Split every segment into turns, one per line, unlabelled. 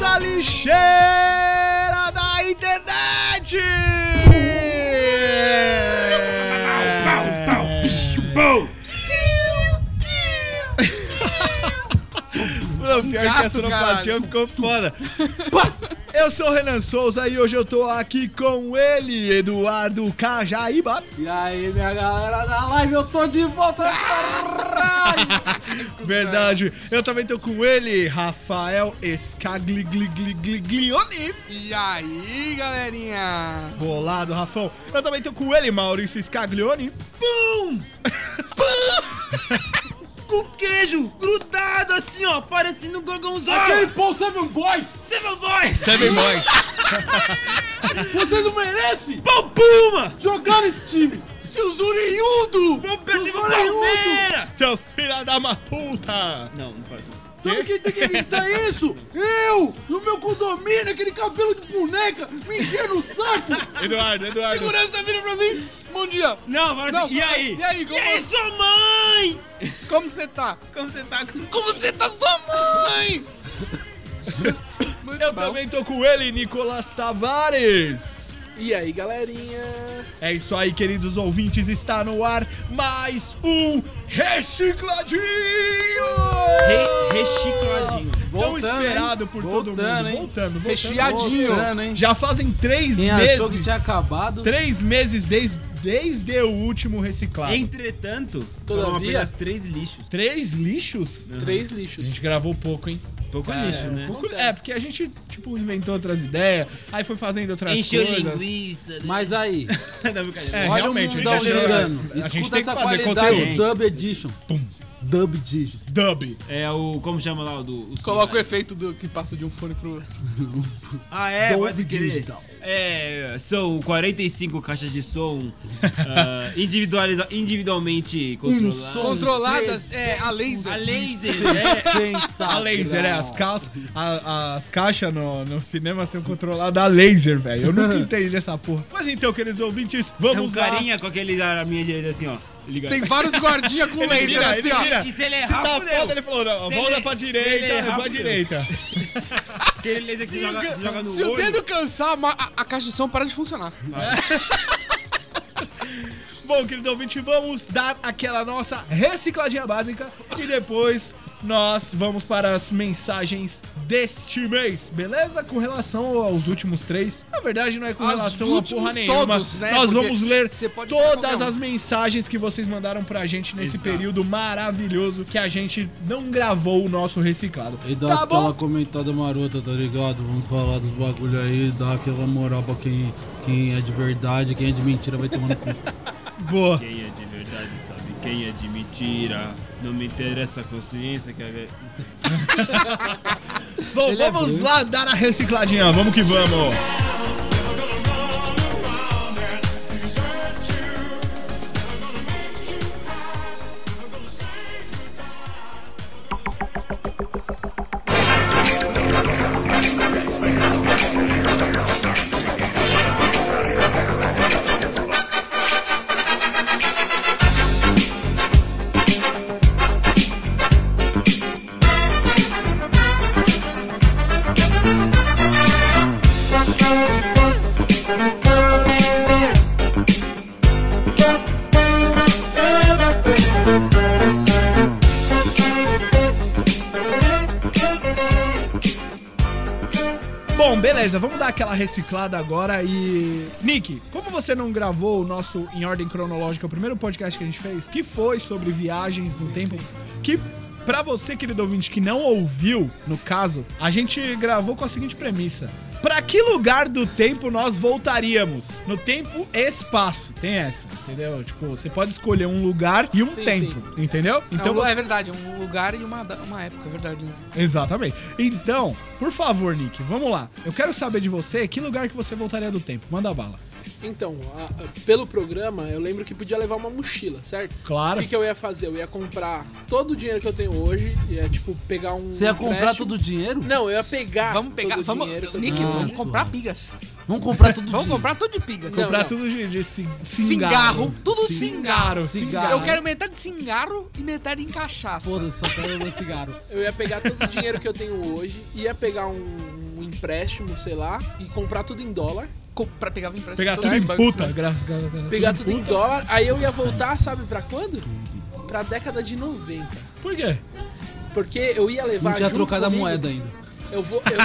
na lixeira da internet! Não, pior que essa
Gato,
sonoplastia
caralho.
ficou foda. Pá! Eu sou o Renan Souza e hoje eu tô aqui com ele, Eduardo Cajaíba.
E aí, minha galera da live, eu tô de volta!
Verdade. Eu também tô com ele, Rafael Escagligligligliglioni.
E aí, galerinha?
Bolado, Rafão. Eu também tô com ele, Maurício Scaglioni. Pum!
com queijo grudado assim, ó, parecendo um gorgonzola.
Aquele Paul Seven Boys!
Seven Boys,
Seven Boy.
Vocês não merecem
pau puma,
jogar nesse time! Seus oriundo!
pau perdido
Os orelhudo.
palmeira.
Seu filho da uma puta!
Não, não pode.
Sabe quem tem que evitar isso? Eu! No meu condomínio, aquele cabelo de boneca me enchendo o saco!
Eduardo, Eduardo.
Segurança vira pra mim! Bom dia!
Não, fala
Não,
assim, e aí?
e aí,
E aí,
como-
sua mãe?
Como você tá?
Como você tá com...
Como você tá, sua mãe?
Eu também tô com ele, Nicolas Tavares.
E aí, galerinha?
É isso aí, queridos ouvintes, está no ar mais um Recicladinho!
Re- recicladinho.
Tão
Voltando,
esperado por todo
Voltando,
mundo.
hein?
Voltando, voltando.
Recheadinho. Voltando, hein?
Já fazem três
Quem
meses.
achou que tinha acabado?
Três meses desde, desde o último reciclado.
Entretanto, foram
Todavia.
apenas três lixos.
Três lixos?
Três
A
lixos.
gente gravou pouco, hein?
Pouco lixo, né?
Pouco- É, porque a gente, tipo, inventou outras ideias, aí foi fazendo outras
Encheu
coisas.
linguiça. né?
Mas aí,
Não, brincadeira.
É,
olha
realmente,
o
a
mundão
gente achou-
tá girando.
a gente
Escuta
tem que
essa
fazer
qualidade
conteúdo.
Dub Edition.
Pum.
Dub Edition.
Dub.
É o... Como chama lá o do... o
Coloca o
celular?
efeito do que passa de um fone pro outro.
Ah, é,
Dolby
pode crer.
Digital.
É, são 45 caixas de som ah, individualiza- individualmente controladas.
Controladas, é, a laser.
A laser, é.
Senta.
A laser, é, as, calças, a- as caixas no, no cinema são controladas a laser, velho. Eu nunca entendi essa porra. Mas então, queridos ouvintes,
É um
vamos lá.
carinha com aquele da minha direita assim, ó. Liga.
Tem vários guardinhas com laser
vira,
assim,
ele
ó.
vira.
E se ele é né?
Se
errar,
tá
fudeu.
foda, ele falou, não,
Se ele-
volta pra
se ele
direita,
errar,
vai pra
fudeu.
direita.
Aquele laser que
Se,
joga,
ga-
que joga no
se o
olho.
dedo cansar, a, ma- a- a caixa de som para de funcionar.
Bom, querido ouvinte, vamos dar aquela nossa recicladinha básica e depois nós vamos para as mensagens deste mês, beleza? Com relação aos últimos três, na verdade não é com
Aos
relação a
últimos
porra nenhuma.
todos, né?
Nós
Porque
vamos ler
você pode pegar
todas
qualquer um.
as mensagens que vocês mandaram pra gente nesse
Exato.
período maravilhoso que a gente não gravou o nosso reciclado.
E dá
Tá
aquela
bom?
comentada marota, tá ligado? Vamos falar dos bagulho aí, dá aquela moral pra quem, quem é de verdade, quem é de mentira vai tomando cu.
Boa.
Quem é de verdade sabe quem é de mentira. Não me interessa a consciência que é.
Bom,
é
vamos
bruto.
lá dar a recicladinha, vamos que vamos. Bom, beleza, vamos dar aquela reciclada agora e. Nick, como você não gravou o nosso em ordem cronológica, o primeiro podcast que a gente fez, que foi sobre viagens no tempo, que pra você, querido ouvinte, que não ouviu, no caso, a gente gravou com a seguinte premissa. Pra que lugar do tempo nós voltaríamos? No tempo e espaço. Tem essa, entendeu? Tipo, você pode escolher um lugar e um
Sim,
tempo, entendeu?
Então, é, um-
você-
é verdade, é um lugar e uma, da- uma época, é verdade. né?
Exatamente. Então, por favor, Nick, vamos lá. Eu quero saber de você que lugar que você voltaria do tempo. Manda bala.
Então, a- a- pelo programa, eu lembro que podia levar uma mochila, certo?
Claro.
O que, que eu ia fazer? Eu ia comprar todo o dinheiro que eu tenho hoje, ia, tipo, pegar um.
Você ia comprar
empréstimo-
todo o dinheiro?
Não, eu ia pegar.
Vamos pegar,
Ah, todo o
vamos,
dinheiro que eu
Nick,
tenho.
vamos
Ah,
comprar
suave.
pigas.
Vamos comprar todo o
Vamos
dinheiro.
comprar tudo de pigas.
Não,
Comprar
não.
tudo de, de ci-
Cingarro,
cingarro.
tudo
Cingarro,
cingarro.
cingarro.
Eu quero metade de cingarro e metade em cachaça.
Foda-se, só quero o meu cigarro.
Eu ia pegar todo o dinheiro que eu tenho hoje, ia pegar um, um empréstimo, sei lá, e comprar tudo em dólar.
Co- Pra pegar o empréstimo.
Pegar
todos
tudo em
os bancos,
puta.
né?
gra- gra- gra-
Pegar tudo em dólar, aí eu ia voltar, sabe pra quando? Pra década de 90.
Por quê?
Porque eu ia levar.
Não tinha
junto
trocado a
comigo-
moeda ainda.
Eu, vou, eu,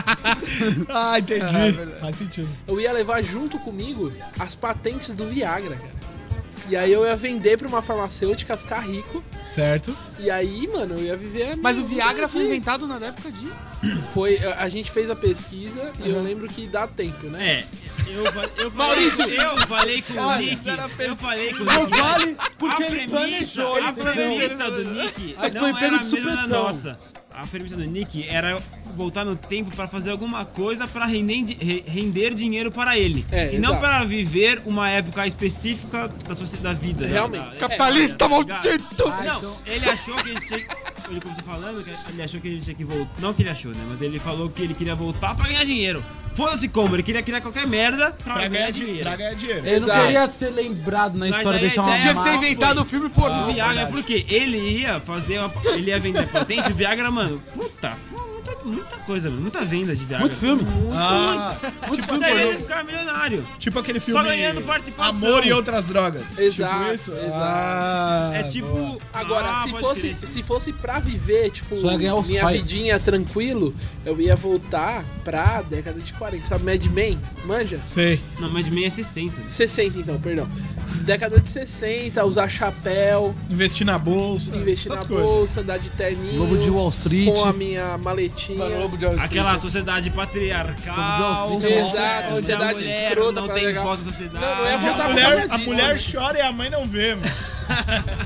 Ah,
Ah,
entendi.
verdade.
Faz sentido.
eu ia levar junto comigo as patentes do Viagra, cara. E aí eu ia vender pra uma farmacêutica ficar rico.
Certo.
E aí, mano, eu ia viver a minha
Mas o
vida
Viagra foi
de-
inventado na época de.
Foi, a a gente fez a pesquisa e eu
Aham.
lembro que dá tempo, né?
É, eu, fa- eu falei,
Maurício!
eu falei com o
Olha,
Nick,
era
eu falei com o
Não
Nick,
vale porque
a
ele
premissa-
planejou, ele
A premissa do Nick
Aí tu
não
foi
era
pego
a
de
mesma da
supetão.
nossa. A premissa do Nick era voltar no tempo pra fazer alguma coisa pra render, di- re- render dinheiro para ele.
É,
e não
exato.
para viver uma época específica da sociedade da vida. da-
Realmente.
da-
Capitalista
é,
maldito!
Ah, não, ele achou que a gente tinha que- Ele começou falando que ele achou que a gente tinha que voltar. Não que ele achou, né? Mas ele falou que ele queria voltar pra ganhar dinheiro. Foda-se como, ele queria criar qualquer merda
Pra
pra, ganhar
ganhar, di-
dinheiro.
pra ganhar dinheiro.
Ele
Exato.
não queria ser lembrado na
Mas
história,
daí
deixar uma
já
é. Tinha que ter
mal,
inventado o filme pornô.
Viagra, porque ele ia fazer uma, Ele ia vender patente, o Viagra, mano. Puta, muita, muita coisa, mano. Muita venda de Viagra.
Muito filme.
Ah,
Tipo, daí ele ia ficar milionário.
Tipo aquele filme.
ganhando participação.
Amor e outras drogas.
Exato,
Tipo isso?
exato.
Ah,
é tipo.
boa.
Agora,
ah,
se,
pode
fosse,
crer.
se fosse pra viver, tipo,
Só ia ganhar os
minha
fights.
vidinha tranquilo, eu ia voltar pra década de 40. Sabe, Mad Men? Manja?
Sei.
Não, mas de meia é 60. né?
60, então, perdão. Década de 60, usar chapéu,
Investir na bolsa.
É, investir na
essas coisas.
bolsa, andar de terninho.
Lobo de Wall Street.
Com a minha maletinha.
Lobo de Wall Street.
Aquela sociedade patriarcal.
Como Wall Street é
Exato,
onde a
sociedade
mulher
escrota
Não
pra
tem
pegar.
voz na sociedade.
Não, não é
Já
voltar
a
tá
pra
mulher,
casa
a
disso,
mulher
né?
chora e a mãe não vê, mano.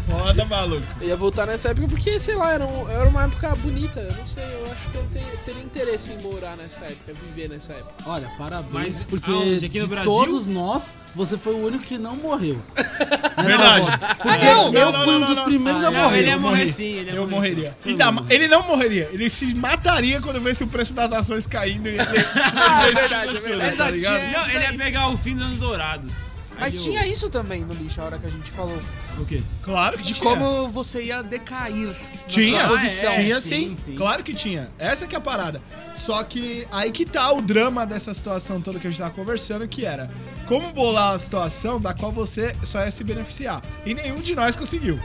Foda, maluco.
Eu ia voltar nessa época porque, sei lá, era, um- era uma época bonita. Eu não sei, eu acho que eu te- teria interesse em morar nessa época, viver nessa época.
Olha, parabéns,
Mas
porque
aonde? Aqui no
de
Brasil?
todos nós, você foi o único que não morreu. Nessa
Verdade.
volta.
não,
eu fui um dos primeiros a
Não,
morrer.
ele ia
Eu
morrer
morri.
sim, ele ia
Eu
morrer.
morreria. Ainda ma- ele não morreria. Ele se mataria quando vesse o preço das ações caindo. E
Ah, é verdade, é
verdade. Tá ligado?
tinha
Não,
essa
ele ia
daí.
pegar o fim dos anos dourados. Aí
Mas
eu-
tinha isso também no lixo, a hora que a gente falou.
O quê?
claro que
De
tinha.
como você ia decair. na
Tinha,
sua posição.
tinha sim,
sim, sim.
claro que tinha. Essa que é a parada. Só que aí que tá o drama dessa situação toda que a gente tava conversando, que era como bolar uma situação da qual você só ia se beneficiar. E nenhum de nós conseguiu.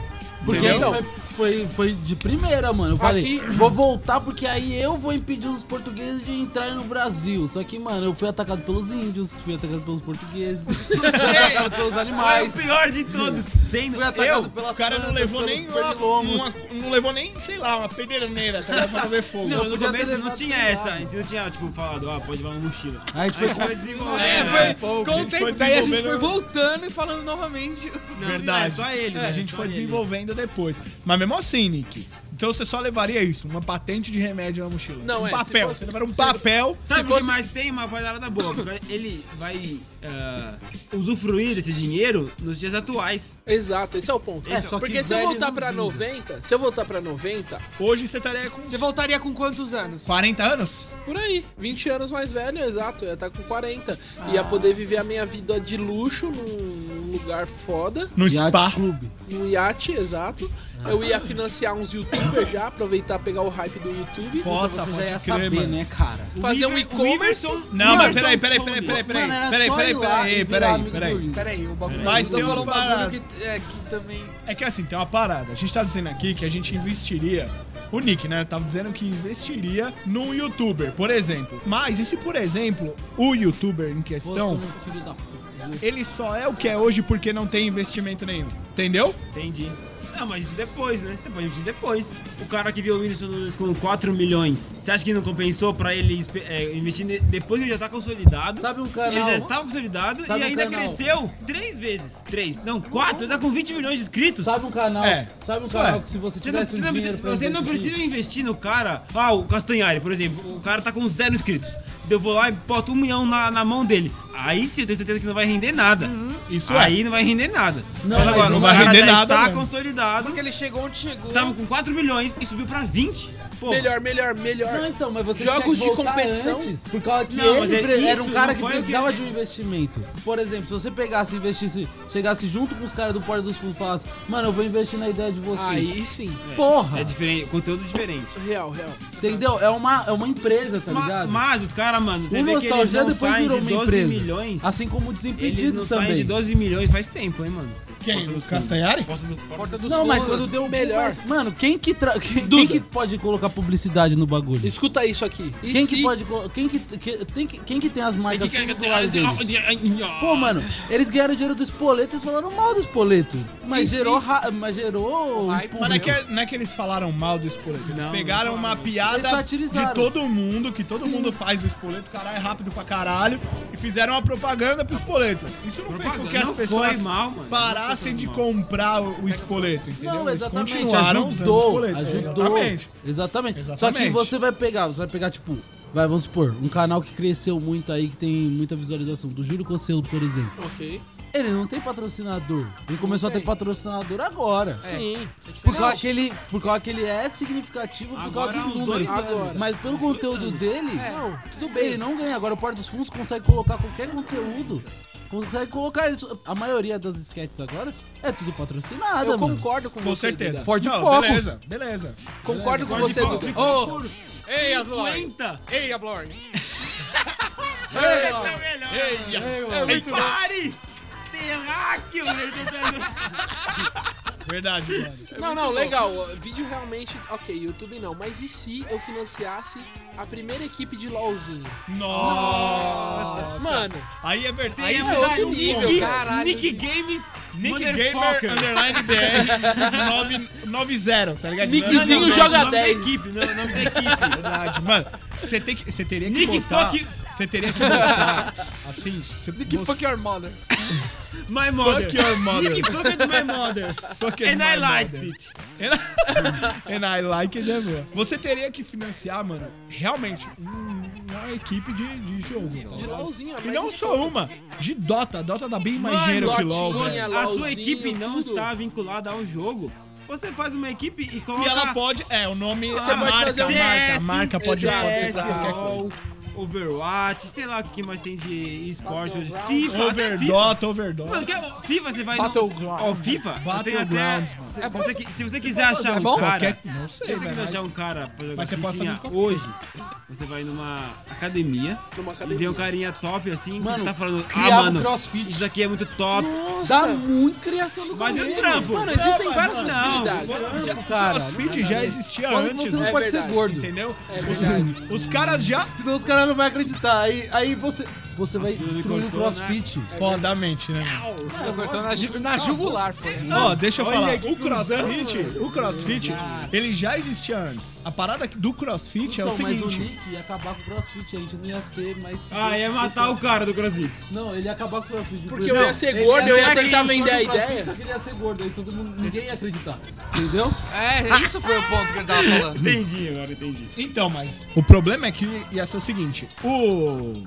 Porque
Entendeu?
então, foi, foi de primeira, mano. Eu falei,
Aqui-
vou voltar porque aí eu vou impedir os portugueses de entrarem no Brasil. Só que, mano, eu fui atacado pelos índios, fui atacado pelos portugueses, fui atacado pelos
Mas
animais,
o pior de todos, sendo
fui
eu,
atacado pelas
O cara não
plantas,
levou
pelos
nem uma,
pernilongos.
uma- não levou nem, sei lá, uma pederneira tá ligado? pra fazer fogo.
Não,
Eu
no
podia ter
começo não
levado
tinha
sem
essa.
nada.
A gente não tinha, tipo, falado, ah, pode levar uma mochila.
A gente foi
Aí
construindo-
desenvolvendo,
É,
né?
foi. Com o tempo,
foi
daí a gente foi
desenvolvendo-
voltando e falando novamente.
Não,
Verdade.
não, é só ele,
É,
né?
a gente
Só
foi
ele.
desenvolvendo depois. Mas mesmo assim, Nick. Então você só levaria isso, uma patente de remédio na mochila.
Não,
um
é, se
papel.
fosse-
Você levaria um
se-
papel.
Sabe
Se
o
fosse-
que mais tem? Uma parada boa. porque Ele vai ah, usufruir desse dinheiro nos dias atuais.
Exato, esse é o ponto.
É, só que
porque se eu
velho
voltar
não
pra
visa.
90, se eu voltar pra 90,
Hoje você estaria com
Você voltaria com quantos anos?
40 anos?
por aí, 20 anos mais velho, exato, eu ia estar com 40. Ia poder viver a minha vida de luxo num lugar foda,
No
Yacht
spa. Tá,
Club.
num iate, exato.
Ah.
Eu ia financiar uns youtubers já, aproveitar pegar o hype do YouTube.
Bota,
Você já
tá, pode crer,
ia saber,
mano.
né, cara?
Fazer um
River- o
e-commerce.
Riverson-
Não, mas
Riverson
peraí, peraí, peraí,
Tony.
peraí, peraí.
Mano, era
Peraí,
só
peraí,
ir lá
peraí,
e virar
peraí,
amigo
peraí.
do Will.
Peraí, o bagulho.
Mas
Mas
tem
falou um
uma
bagulho
parada.
que, é, que também.
É que assim, tem uma parada. A gente tá dizendo aqui que a gente investiria. O Nick, né? Tava dizendo que investiria num youtuber, por exemplo. Mas e se, por exemplo, o youtuber em questão,
Fosse um filho da puta.
ele só é o que é hoje porque não tem investimento nenhum? Entendeu?
Entendi. Não, mas isso depois, né? Você pode investir depois. O cara que viu o Whindersson Nunes com 4 milhões, você acha que não compensou pra ele espe- é, investir ne- depois que ele já tá consolidado?
Sabe um
Ele já
canal?
estava consolidado
Sabe
e
um
ainda
canal?
cresceu três vezes. Três, não, quatro. Ele tá com 20 milhões de inscritos.
Sabe um canal?
É,
Sabe um
isso
canal
é.
que se você
Você não,
tivesse
você
um
não
dinheiro
precisa,
pra
você não
investir-
precisa investir no cara. Ah, o Castanhari, por exemplo. O cara tá com zero inscritos. Eu vou lá e boto um milhão na, na mão dele. Aí sim, eu tenho certeza que não vai render nada.
Isso é.
Aí não vai render nada.
Uhum. Não,
Mas
mas
agora,
não
o
vai
cara
render
já
nada
Está
mesmo.
consolidado.
Porque ele chegou onde chegou.
Tava com 4 milhões e subiu pra 20. Pô,
Melhor, melhor, melhor.
Não, então, mas você
Jogos
tinha que
de
voltar
competição?
antes, por causa que
Não, mas
ele
é
pre- era
isso,
um cara
não
que
foi o que-
precisava de um investimento. Por exemplo, se você pegasse e investisse, chegasse junto com os caras do Porta dos Fundos e falasse, mano, eu vou investir na ideia de vocês.
Aí sim.
Porra!
É diferente, conteúdo diferente.
Real, real.
Entendeu? É uma, é uma empresa, tá
Ma-
ligado?
Mas os caras lá, mano. Você
O
vê que eles
Nostalgia
não
depois
saem
virou
de
uma
12
empresa.
milhões.
Assim como o
Eles não
Desimpedidos
saem de
também.
12 milhões faz tempo, hein, mano.
Quem? O Castanhari?
Posso do...
Porta dos
Não, mas
fundos.
quando deu um
melhor.
Mano, quem que, tra... quem,
Duda.
quem que pode colocar publicidade no bagulho?
Escuta isso aqui.
E
Quem
se...
que pode colo- quem que, que- tem que quem que tem as marcas populares deles? Pô,
Pô,
mano, eles ganharam dinheiro do Espoleto, eles falaram mal do Espoleto. Mas
Sim,
gerou, ra- mas gerou
Ai,
público.
Pô,
Mas não é, que, não é que eles falaram mal do espoleto. Eles
Não,
pegaram uma
Eles
piada
satirizaram.
de todo mundo, que todo mundo faz do espoleto, caralho, é rápido pra caralho, e fizeram uma propaganda pro espoleto. Isso não fez com
Propaganda
que as
não foi
pessoas
mal, mano.
parassem de
Não foi
comprar o o espoleto, entendeu?
Não,
Eles
exatamente,
continuaram usando o
ajudou,
espoleto.
ajudou.
Exatamente.
Exatamente. Só que
Exatamente.
você vai pegar, você vai pegar tipo, vai, vamos supor, um canal que cresceu muito aí, que tem muita visualização, do Júlio Conselho, por exemplo.
Ok.
Ele não tem patrocinador. Ele começou a ter
tem.
patrocinador agora.
É.
Sim.
Por causa, que ele, por causa que ele é significativo por
Agora
causa
há
dos
uns
números.
dois anos. né?
Agora. Mas pelo conteúdo dele,
Não, tudo bem.
ele não ganha. Agora o Porta dos Fundos consegue colocar qualquer conteúdo. Consegue colocar isso. A maioria das sketches agora é tudo patrocinada,
Eu
mano.
concordo com,
Com
você.
certeza.
Duda.
Ford
Não,
Focus.
Beleza, beleza.
Concordo com você,
Ford
Duda.
Ô! Ei, Aslorn!
50.
Ei, Ablorn!
Ei, ó.
É melhor.
É muito bom!
Pare! Terráqueo! ele tentando-
é Verdade, mano.
Não, não, legal. O Vídeo realmente. Ok, YouTube não. Mas e se eu financiasse a primeira equipe de LOLzinho?
Nossa!
Mano,
Aí é verdade.
Aí
Aí
é
é
outro
outro
nível,
ponto.
Nick-
caralho.
Nick Games,
Nick Gamer
motherfucker.
underline BR 990, tá ligado?
Nick
Não, não,
Zinho
não,
joga
o nome da
10.
Equipe, não, o nome da equipe.
Verdade, mano. Você tem que, você teria que
Nick
botar,
fuck-
você teria que botar, assim, você,
Que fuck your mother!
My mother.
Fuck your mother. é
Nick fucked my mother.
fuck
And I liked it.
And I like it, né, mano? Você teria que financiar, mano, realmente, um- uma equipe de, de jogo. tá
de
ligado?
LOLzinho.
E não só um. uma, de Dota. Dota dá bem mais
é Mano,
dinheiro que
Dotinha,
LoL, velho.
Lolzinho,
A sua equipe não
tudo.
está vinculada ao jogo. Você faz uma equipe e
E
coloca...
ela pode, é, o nome,
Você
a
pode
marca,
fazer
a
um-
marca, a marca pode,
CS,
pode ser
ser
qualquer coisa.
Overwatch, sei lá o que mais tem de esporte hoje.
Battlegrounds.
FIFA, até FIFA.
Overdota, overdota.
Mano, que é- FIFA você vai
Battlegrounds.
no... Ó, FIFA, eu tenho até...
Battlegrounds,
Se,
mano.
se você, qui- se você quiser achar
É
um
bom?
cara...
Qualquer- Não sei,
Se você
velho.
quiser achar
mas-
um cara pra jogar
mas você pode
fifinha
fazer de qualquer-
hoje, você vai numa academia,
Numa
e vê
academia.
um carinha top assim,
Mano,
que tá falando, ah,
um
Criava
mano,
o um crossfit.
isso aqui é muito top.
Nossa,
Dá
muito criação do
Mas e o
conteúdo.
trampo?
Mano, existem
Não,
várias
mas
não.
possibilidades.
Já- o
Cara,
crossfit já existia
Fala que
antes,
você não
né?
É
pode
verdade.
ser gordo.
entendeu?
É verdade.
Os caras já...
Senão os caras não vão acreditar. Aí, aí você. Você vai destruir o
cortou, né? É, então,
crossfit.
Fodamente, né? mano?
Eu cortou na, ju- na jugular, foi.
Ó, deixa eu
Olha
falar.
que
O crossfit, o crossfit, ele já existia antes. A parada do crossfit é o
Então, mas o
seguinte...
Nick ia acabar com o crossfit, a gente não ia ter mais.
Ah, ia matar o cara do crossfit.
Não, ele ia acabar com o crossfit.
Porque eu ia ser gordo, eu ia tentar vender a ideia.
Só que ele ia ser gordo, aí todo mundo, ninguém ia acreditar. Entendeu?
É, isso foi o ponto que ele tava falando.
Entendi agora, entendi.
Então, mas o problema é que ia ser o seguinte, o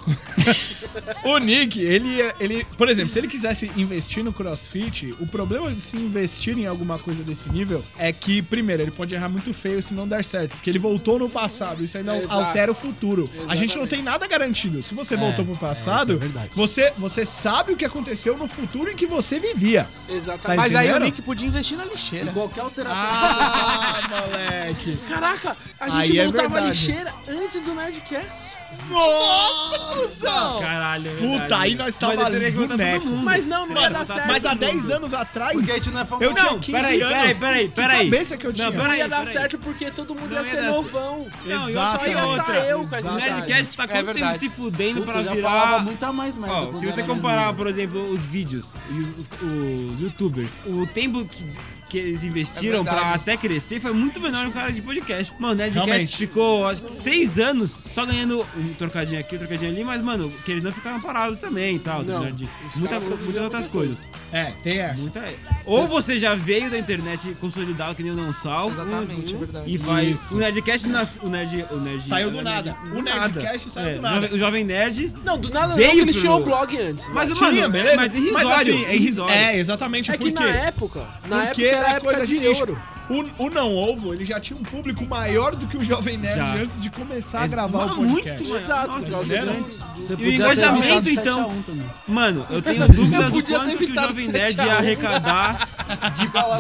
o Nick, ele ia- ele, por exemplo, se ele quisesse investir no CrossFit, o problema de se investir em alguma coisa desse nível é que primeiro, ele pode errar muito feio se não der certo, porque ele voltou no passado, isso ainda
Exato.
altera o futuro. A gente não tem nada garantido. Se você voltou pro passado, você você sabe o que aconteceu no futuro em que você vivia. Tá
Exatamente.
Mas aí o
Entenderam?
Nick podia investir na lixeira.
Qualquer alteração.
Ah, moleque.
Caraca, a
Aí
gente
é
montava
verdade.
lixeira antes do Nerdcast.
Nossa, cuzão.
Caralho, é verdade.
Puta, aí nós tava
Mas eu teria que botar
boneco.
todo mundo. tá?
Mas não, não ia
Mano,
dar certo.
mas há 10 anos atrás.
Porque a gente não é famoso.
Eu tinha
Não,
15
peraí,
anos.
peraí, peraí, peraí.
Que cabeça que eu tinha.
Não,
Não
peraí.
ia dar
peraí.
certo porque todo mundo
Não
ia
ia
ser
dar
novão.
Não, e
Exato.
outra, e
Só ia
outra.
é
tá eu com essa
O Nerdcast tá
É
quanto tempo
verdade.
se fudendo
Puta,
pra
eu já falava
virar...
muita mais merda.
Ó,
quando
se
eu
você
era
comparar,
menino.
por exemplo, os vídeos e os, os youtubers, o tempo que, que eles investiram
É verdade.
pra até crescer foi muito menor no cara de podcast. Mano, o Nerdcast
Realmente.
ficou, acho que, seis anos só ganhando um trocadinho aqui, um trocadinho ali, mas, mano, que eles não ficaram parados também e tal. tá
Não,
ligado? De-
os
muita-
caras
muitas
produziram
outras
muita
coisas.
É, tem essa.
Muita- Ou você já veio da internet consolidado que nem o Não Sal. né? Uhum.
Exatamente, é verdade.
E faz.
Isso.
O Nerdcast nas, o Nerd, o Nerd.
Saiu do
o
nada.
Nerd-
O Nerdcast saiu do
o
nada.
Jovem- O Jovem Nerd.
Não, do nada
Veio
não, que eles tinham
pro-
o blog antes.
Mas,
Tinha,
mano,
beleza?
mas é irrisório.
assim, é irrisório. É, exatamente.
é que
porque,
na época, na
porque
época era
era
época
coisa
de,
de nicho.
euro.
O, o Não Ovo, ele já tinha um público maior do que o Jovem Nerd
Já.
antes de começar a
Mas-
gravar
mas
o podcast.
muito, mano.
Exato,
Nossa,
por causa
fizeram?
do-
Você
E
podia
o
ter
engajamento,
evitado
então?
7 a 1 também.
Mano, eu tenho dúvidas do
podia ter
quanto que o
evitado
Jovem
o
Nerd
7 a 1.
ia arrecadar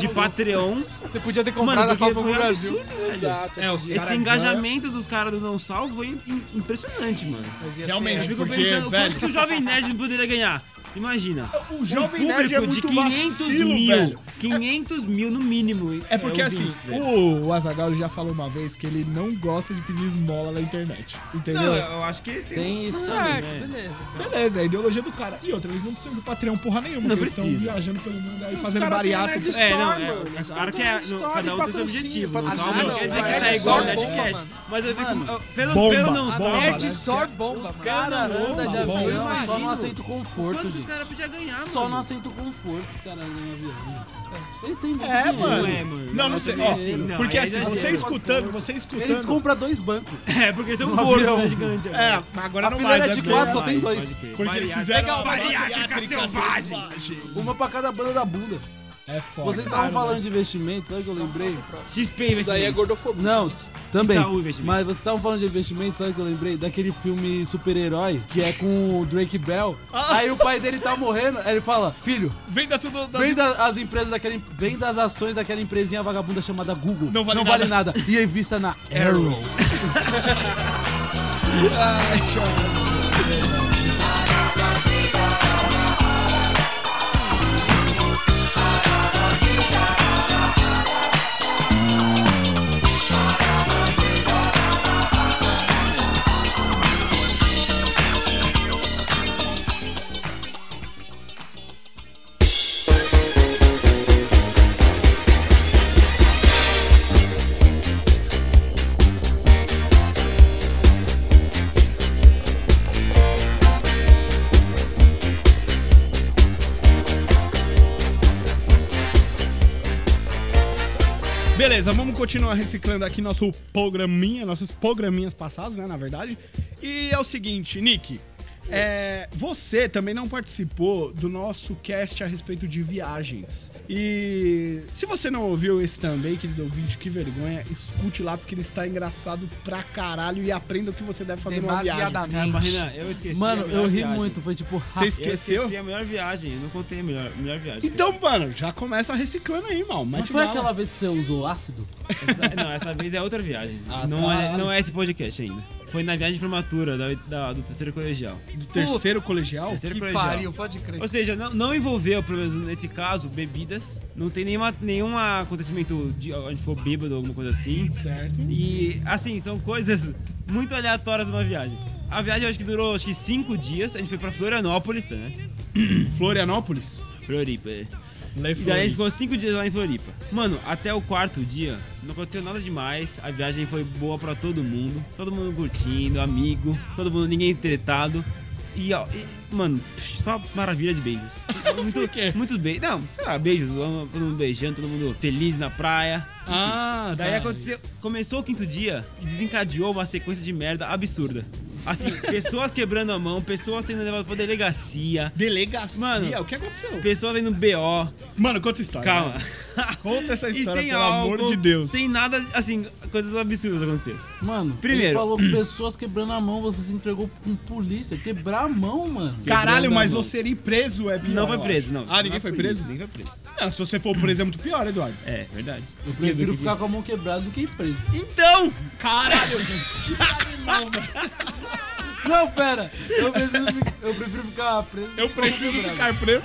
de Patreon.
Você podia ter
Mano,
comprado a
porque
Copa
foi um
do Brasil.
absurdo, velho.
Exato.
É, os
esse-
caras
Esse engajamento dos caras do Não Salvo foi im- impressionante, mano.
Mas ia ser-
Realmente,
Eu fico
É, Porque,
pensando,
velho-
quanto que o Jovem Nerd poderia ganhar? Imagina.
O Jovem
um
Nerd
público
é muito
de 500
vacilo,
mil.
velho.
500 mil no mínimo.
É porque assim,
ouvintes, velho.
o, o Azagal já falou uma vez que ele não gosta de pedir esmola na internet. Entendeu?
Não, eu acho que esse...
Tem isso
Ah,
né?
também.
que beleza.
Beleza, é a ideologia do cara. E outra, eles não precisam de Patreon porra nenhuma,
Não
porque eles estão
precisa.
viajando pelo mundo aí
Os
fazendo
cara tem
bariátrica.
Nerd
É,
Store,
não, é,
mano. Os
é
cara
claro que
tem
é,
Nerd
no,
Store
cada um
e
tem seu objetivo. Não,
patrocínio,
salvo
Ah,
não,
não,
quer dizer
vai.
que tá
Nerd
igual ao
Store bomba,
Nerdcast.
mano.
Mas eu fico...
Mano,
Pelo,
bomba.
pelo não
A
salvo,
Nerd
né?
Store bomba,
Os
mano.
caras andam de
bomba,
avião,
bomba.
só não
Imagino.
aceita o conforto,
Quantos os
gente.
caras podiam ganhar, mano?
Só não aceita o conforto os caras andam de avião. né? Eles têm muito
É,
dinheiro.
mano.
é, mano.
Não, não sei. Ó,
Não, é
porque
aí
assim,
já
você
chega.
escutando, você escutando.
Eles compram dois bancos.
É, porque eles são gordos, né, gigante.
É, mas agora
A
não
fileira
mais,
de
né?
quatro
Porque-
só tem dois.
Porque eles
Bariátrica.
fizeram uma
Bariátrica é selvagem.
Uma pra cada banda da bunda.
É foda.
Vocês tá- estavam falando de investimentos, sabe o que eu lembrei?
XP
Isso daí é
investimentos.
gordofobia.
Não, também.
Itaú Investimentos.
Mas vocês estavam falando de investimento, sabe o que eu lembrei? Daquele filme super-herói, que é com o Drake Bell. Aí o pai dele tá morrendo, aí ele fala, filho,
Venda tudo. da-
venda as empresas daquela... em- Venda as ações daquela empresinha vagabunda chamada Google.
Não vale
nada. E invista na Arrow.
Beleza, vamos continuar reciclando aqui nosso programinha, nossos programinhas passados, né, na verdade. E é o seguinte, Nick, é, você também não participou do nosso cast a respeito de viagens. E se você não ouviu esse também, querido ouvinte, que vergonha, escute lá porque ele está engraçado pra caralho e aprenda o que você deve fazer numa viagem.
É, mas,
Demasiadamente.
Renan, eu esqueci.
Mano,
a melhor
eu ri
viagem.
muito, foi tipo...
Você
rápido.
Eu esqueci
esqueceu?
a melhor viagem, eu não contei a melhor, melhor viagem.
Então, mano, já começa reciclando aí, mal.
Mas
Mete
foi
bala.
aquela vez que você usou ácido?
Essa- não, essa vez é outra viagem.
Ah, tá.
não, é, não é esse podcast ainda. Foi na viagem de formatura da, da- do terceiro colegial.
do terceiro colegial?
Terceiro
Oh, Que
colegial.
pariu, pode crer.
Ou seja, não, não envolveu, pelo menos nesse caso, bebidas. Não tem nenhuma, nenhum acontecimento de a gente for bêbado ou alguma coisa assim.
Certo.
E assim, são coisas muito aleatórias de uma viagem. A viagem acho que durou acho que cinco dias. A gente foi pra Florianópolis, tá, né?
Florianópolis?
Floripa. é.
Lê
E daí a
Floripa.
gente ficou cinco dias lá em Floripa. Mano, até o quarto dia, não aconteceu nada demais. A viagem foi boa pra todo mundo. Todo mundo curtindo, amigo, todo mundo, ninguém tretado. E, ó, e, mano, só maravilha de beijos. Muito, Muitos beijos. Não, sei lá, beijos. Todo mundo beijando, todo mundo feliz na praia.
Ah,
Daí
tá.
aconteceu. Começou o quinto dia e desencadeou uma sequência de merda absurda. Assim, pessoas quebrando a mão, pessoas sendo levadas pra delegacia,
Delegacia?
Mano,
o que aconteceu?
pessoas indo BO.
Mano, conta essa história.
Calma.
Conta essa
E
história,
sem
pelo
álcool,
amor de Deus.
sem nada, assim, coisas absurdas aconteceram.
Mano, ele
Primeiro.
falou pessoas quebrando a mão, você se entregou com polícia. Quebrar a mão, mano.
Caralho,
Quebrando
mas
a mão.
você ir preso é pior.
Não foi
eu
preso,
acho.
não.
Ah, ninguém
Não
foi
foi
preso?
isso,
Ninguém foi preso. Ah, se você for preso é muito pior, Eduardo.
É, verdade.
Eu prefiro ficar com a mão quebrada do que ir preso.
Então!
Caralho!
Não, pera. Eu prefiro, fi- eu prefiro ficar preso.
Eu prefiro ficar preso.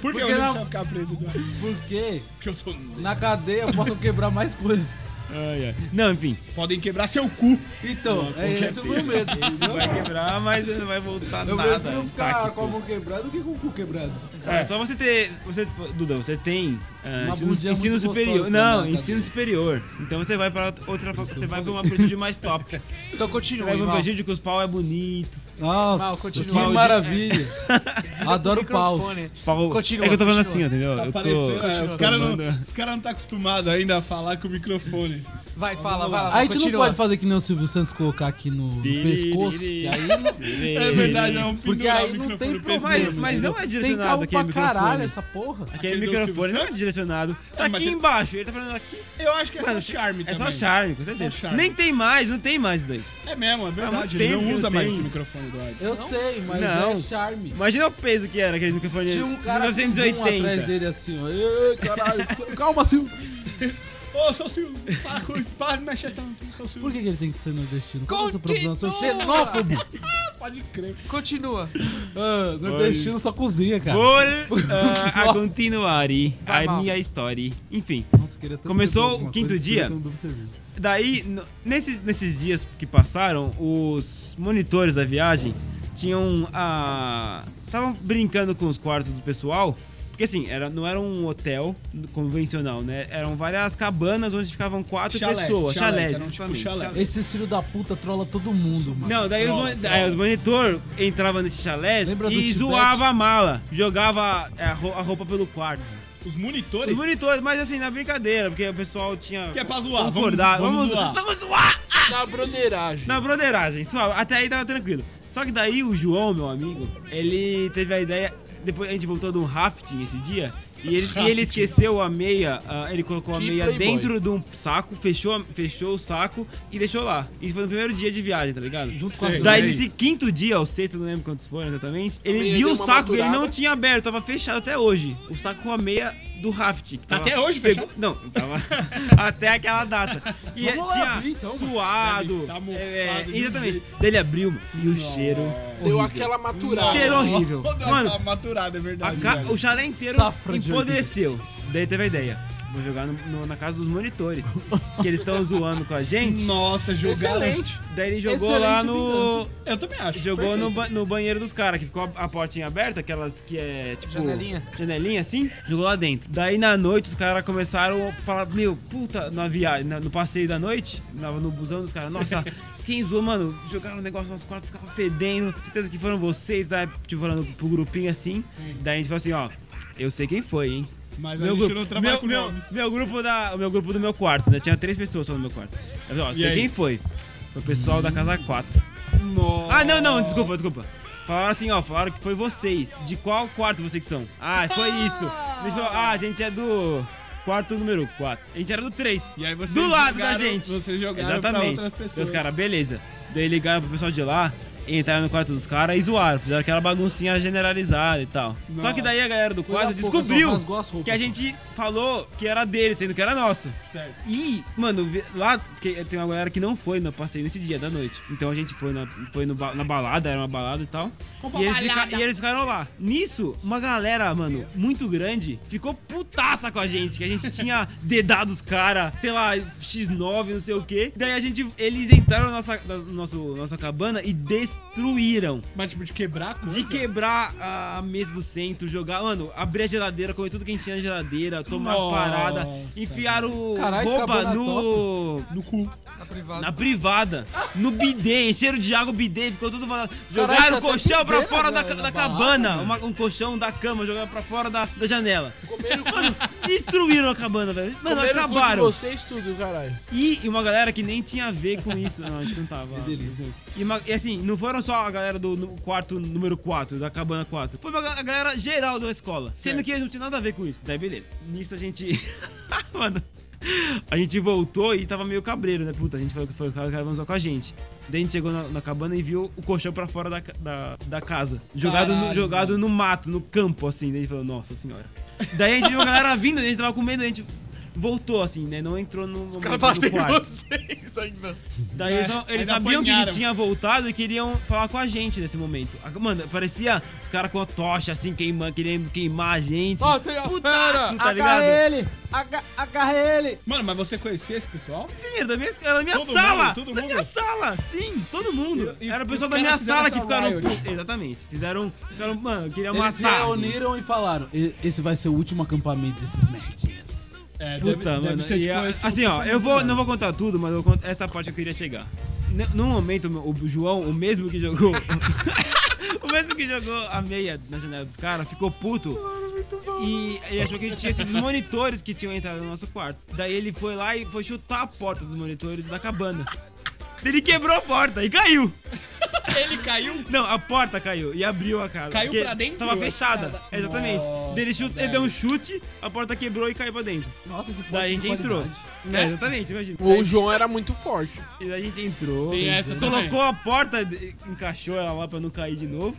Por que
Porque
eu não
não-
deixar ficar preso, Eduardo?
Porque
Porque eu sou...
na cadeia eu posso quebrar mais coisas.
Ai, ai. Não, enfim.
Podem quebrar seu cu.
Então, é esse o meu medo, entendeu?
Vai quebrar, mas não vai voltar
Eu
nada.
prefiro
Tá
ficar
aqui,
com a
pô.
mão quebrada do que com o cu quebrado.
É só você ter. Você, Duda, você tem. ah,
Uma
ensino,
bundinha
ensino
muito
superior.
gostosa,
não,
né,
ensino
Tadeu?
superior. Então você vai pra outra. Você vai pra uma presídio mais top. Você
Então continua,
vai pra um
Ival.
presídio que os pau é bonito.
Mal,
Nossa,
continua.
que
Mal de-
maravilha. Adoro paus.
Microfone.
Pau...
Continua,
é que eu tô falando
continua.
assim, entendeu?
Tá
eu tô.
parecendo- é, os
Continua.
caras não,
Manda.
os cara não tá acostumado ainda a falar com o microfone.
Vai, fala, vai lá.
A gente não
continua.
pode fazer que nem o Silvio Santos colocar aqui no, no pescoço, que aí
É verdade, não.
Porque
pendurar
aí
o
não
microfone
tem
no pescoço.
problema.
Mas- mas não é
entendeu?
direcionado
Tem carro pra
aquele
caralho
microfone.
essa porra.
Aquele
Aquele do
microfone
Silvio
não é
Santos?
direcionado. Tá
mas
aqui
é-
embaixo, ele tá falando aqui.
Eu acho que é só
Mano,
charme
É
também.
só charme, com
Só
certeza.
charme.
Nem tem mais, não tem mais isso daí.
É mesmo, é
muito
verdade. Ele
tempo
não
que
usa
eu
mais
tenho.
esse microfone. Eduardo.
Eu sei, mas
Não.
é charme.
Imagina o peso que era aquele microfone.
Tinha um cara com um
1980.
atrás dele assim, ó. Ei, caralho, calma, Silvio.
Ô, seu Silvio, para com isso, para de mexer tanto, seu
Por
Silvio.
que, que ele tem que ser nordestino? Qual é o seu
Continua!
problema? Eu sou xenófobo.
Pode crer.
Continua.
Ah, nordestino só cozinha, cara.
Por ah, a continuare
Vai
a
mal.
minha história. Enfim,
Nossa, eu queria tanto
Começou
beber alguma
o quinto
coisa,
dia.
eu não bebo cerveja.
daí, no- nesses, nesses dias que passaram, os monitores da viagem tinham a. Estavam brincando com os quartos do pessoal. Porque assim, era, não era um hotel convencional, né? Eram várias cabanas onde ficavam quatro
Chalés,
pessoas.
chalés,
Chalés,
eram tipo
exatamente.
chalés.
Esse filho da puta trola todo mundo, mano.
Não, daí os,
Trola,
moni-
trola.
aí os monitor entrava nesse chalé
Lembra do
e
Tibete?
zoava a mala, jogava é, a ro- a roupa pelo quarto.
Os
Os
monitores.
monitores, mas assim, na brincadeira, porque o pessoal tinha
Que é pra zoar, vamos,
concordado.
vamos zoar.
Vamos zoar!
Na broderagem.
Na broderagem, suave. Até aí tava tranquilo. Só que daí o João, meu amigo, ele teve a ideia. Depois a gente voltou de um rafting esse dia. E ele, e ele esqueceu a meia, ah, ele colocou a
Que
meia
playboy.
dentro de um saco, fechou, a- fechou o saco e deixou lá. Isso foi no primeiro dia de viagem, tá ligado?
Junto com as drogas.
Daí nesse quinto dia, ou sexto, não lembro quantos foram exatamente, ele
meia
viu
deu
o
uma
saco e ele
maturada.
não tinha aberto, tava fechado até hoje. O saco com a meia do raft. que
Tá
tava-
até hoje
pegou-
fechado?
Não, tava até aquela data. E
Vamos lá
tinha
abrir, então, mano.
suado.
Tá mofado
é, é,
de um
exatamente. Daí ele abriu mano, e o cheiro.
Deu aquela maturada.
Cheiro É horrível.
Vou dar
Mano,
aquela maturada, é
a
verdade.
ca-
velho.
o chalé inteiro
Safra de
empodreceu. Daí teve a ideia. Vou jogar no- no- na casa dos monitores. que eles estão zoando com a gente.
Nossa, jogaram.
Excelente.
Daí ele jogou
Excelente
lá no.
Eu também acho.
Jogou no, ba- no banheiro dos caras, que ficou a, a portinha aberta, aquelas que é tipo.
Janelinha.
Janelinha assim, jogou lá dentro. Daí na noite os caras começaram a falar: Meu, puta, na viagem, na- no passeio da noite, na- no busão dos caras, nossa, quem zoou, mano? Jogaram o negócio nas quatro, ficavam fedendo, certeza que foram vocês, tá? Tipo, falando pro grupinho assim. Daí a gente falou assim: Ó, eu sei quem foi, hein?
Mas
Meu
a gente não
grupo,
trabalha
meu,
com
meu,
nomes.
meu grupo da, o meu grupo do meu quarto, né? Tinha três pessoas só no meu quarto. Eu falei, ó, sei
aí? Hum.
quem foi. Foi o pessoal da casa 4.
Nossa.
Ah, não, não, desculpa, desculpa. Falaram assim, ó, falaram que foi vocês. De qual quarto vocês que são? Ah, foi isso. Eles falaram, ah, a gente é do quarto número 4. A gente era do 3.
E aí vocês
Do lado
jogaram-
da gente.
Vocês jogaram pra
Exatamente.
outras
Então,
pessoas.
Os caras, beleza. Daí ligaram pro pessoal de lá, entraram no quarto dos caras e zoaram. Fizeram aquela baguncinha generalizada e tal. Só que daí a galera do
Coisa
quarto
pouca, só
descobriu
rasgou as roupas,
que a
só.
gente falou que era dele, sendo que era nosso.
Certo.
E, mano, vi- lá porque tem uma galera que não foi no passeio nesse dia da noite. Então a gente foi na, foi no ba- na balada, era uma balada e tal. E eles, fica- e eles ficaram lá. Nisso, uma galera, mano, muito grande, ficou putaça com a gente. Que a gente tinha dedado os caras, sei lá, X9, não sei o quê. Daí a gente. Eles entraram na nossa, na nosso- nossa cabana e destruíram.
Mas tipo, de quebrar a coisa.
De quebrar a mesa do centro, jogar, mano, abrir a geladeira, comer tudo que a gente tinha na geladeira, tomar as
Nossa.
paradas, enfiar o
Caralho,
roupa
acabou na
no.
No cu.
Na privada.
Na privada, no bidê, encheram de água o bidê, ficou tudo vazado.
Caralho,
Jogaram
já
o
tem
colchão pra
bidê
fora
na-
da, ca-
na
da
barraca,
cabana, uma- um colchão da cama, jogaram pra fora da, da janela.
Comeram,
Mano, destruíram a cabana, velho. Mano,
comeram o cu de
acabaram. É
vocês tudo, caralho.
E, e uma galera que nem tinha a ver com isso. Não, a gente não tava. lá.
delícia.
E, uma- e assim, não foram só a galera do nu- quarto número 4, da cabana 4. Foi uma ga- a galera geral da escola. Sendo que eles não tinham nada a ver com isso. Daí, beleza. Nisso a gente. Mano. A gente voltou e tava meio cabreiro, né? Puta, a gente falou que foi o cara que vamos com a gente. Daí a gente chegou na, na cabana e viu o colchão pra fora da, ca- da, da casa. Jogado, no,
Caralho,
jogado no mato, no campo, assim. Daí a gente falou, nossa senhora. Daí a gente viu a galera vindo, a gente tava com medo, a gente voltou, assim, né? Não entrou no,
Os
momento
caras
do
batem em
quarto.
vocês ainda.
Daí
É,
eles, não- eles
ainda
sabiam que ele
apanharam.
tinha voltado e queriam falar com a gente nesse momento. A- Mano, parecia os caras com a tocha, assim, queimando, querendo queimar a gente.
Ó, tem a
Putaço, tá
Agarra
ligado?
ele! aga- Agarra ele!
Mano, mas você conhecia esse pessoal?
Sim, era da minha, era da minha
Todo
sala!
mundo, todo
da minha
mundo?
sala! Sim, todo mundo!
E- e
era o
os
pessoal da
caras
minha
fizeram
sala que
essa
ficaram.
riot.
pu- Exatamente, fizeram. ficaram mano, queriam
Eles se
matar. assim.
reuniram e falaram: "E- esse vai ser o último acampamento desses merdinhas.
É,
Puta, mano. e
tipo,
a-
esse-
assim, ó, eu vou, não vou contar tudo, mas eu vou cont- essa parte eu queria chegar. N num momento, o o João, o mesmo que jogou. o mesmo que jogou a meia na janela dos caras, ficou puto. E ele achou que a gente tinha sido os monitores que tinham entrado no nosso quarto. Daí ele foi lá e foi chutar a porta dos monitores da cabana. Ele quebrou a porta e caiu.
Ele caiu.
Não, a porta caiu e abriu a casa.
Caiu
porque
pra dentro?
Tava fechada.
Nossa,
Exatamente. Daí ele, chuta- ele
velho.
deu um chute, a porta quebrou e caiu pra dentro.
Nossa, que
Daí a gente entrou. É, exatamente, imagina.
O João era muito forte.
E daí a gente entrou,
Tem essa também.
colocou a porta, de- encaixou ela lá pra não cair de novo.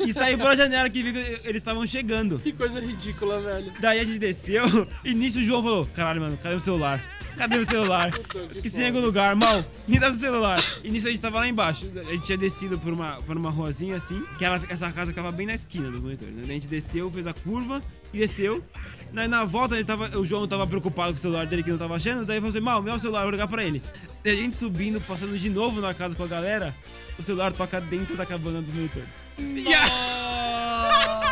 e saiu pela janela que viu que eles estavam chegando.
Que coisa ridícula, velho.
Daí a gente desceu e nisso o João falou: Caralho, mano, cadê o celular? Cadê o celular? Esqueci em algum lugar, mal, me dá o celular. E nisso a gente tava lá embaixo. A gente tinha descido por uma, por uma ruazinha assim, que ela- essa casa ficava bem na esquina dos monitores, né? Daí A gente desceu, fez a curva e desceu. Daí na volta ele tava, o João tava preocupado com o celular dele que não tava achando. Daí ele falou assim: Mal, me dá o celular, eu vou ligar pra ele. E a gente subindo, passando de novo na casa com a galera, o celular toca dentro da cabana dos monitores. E a-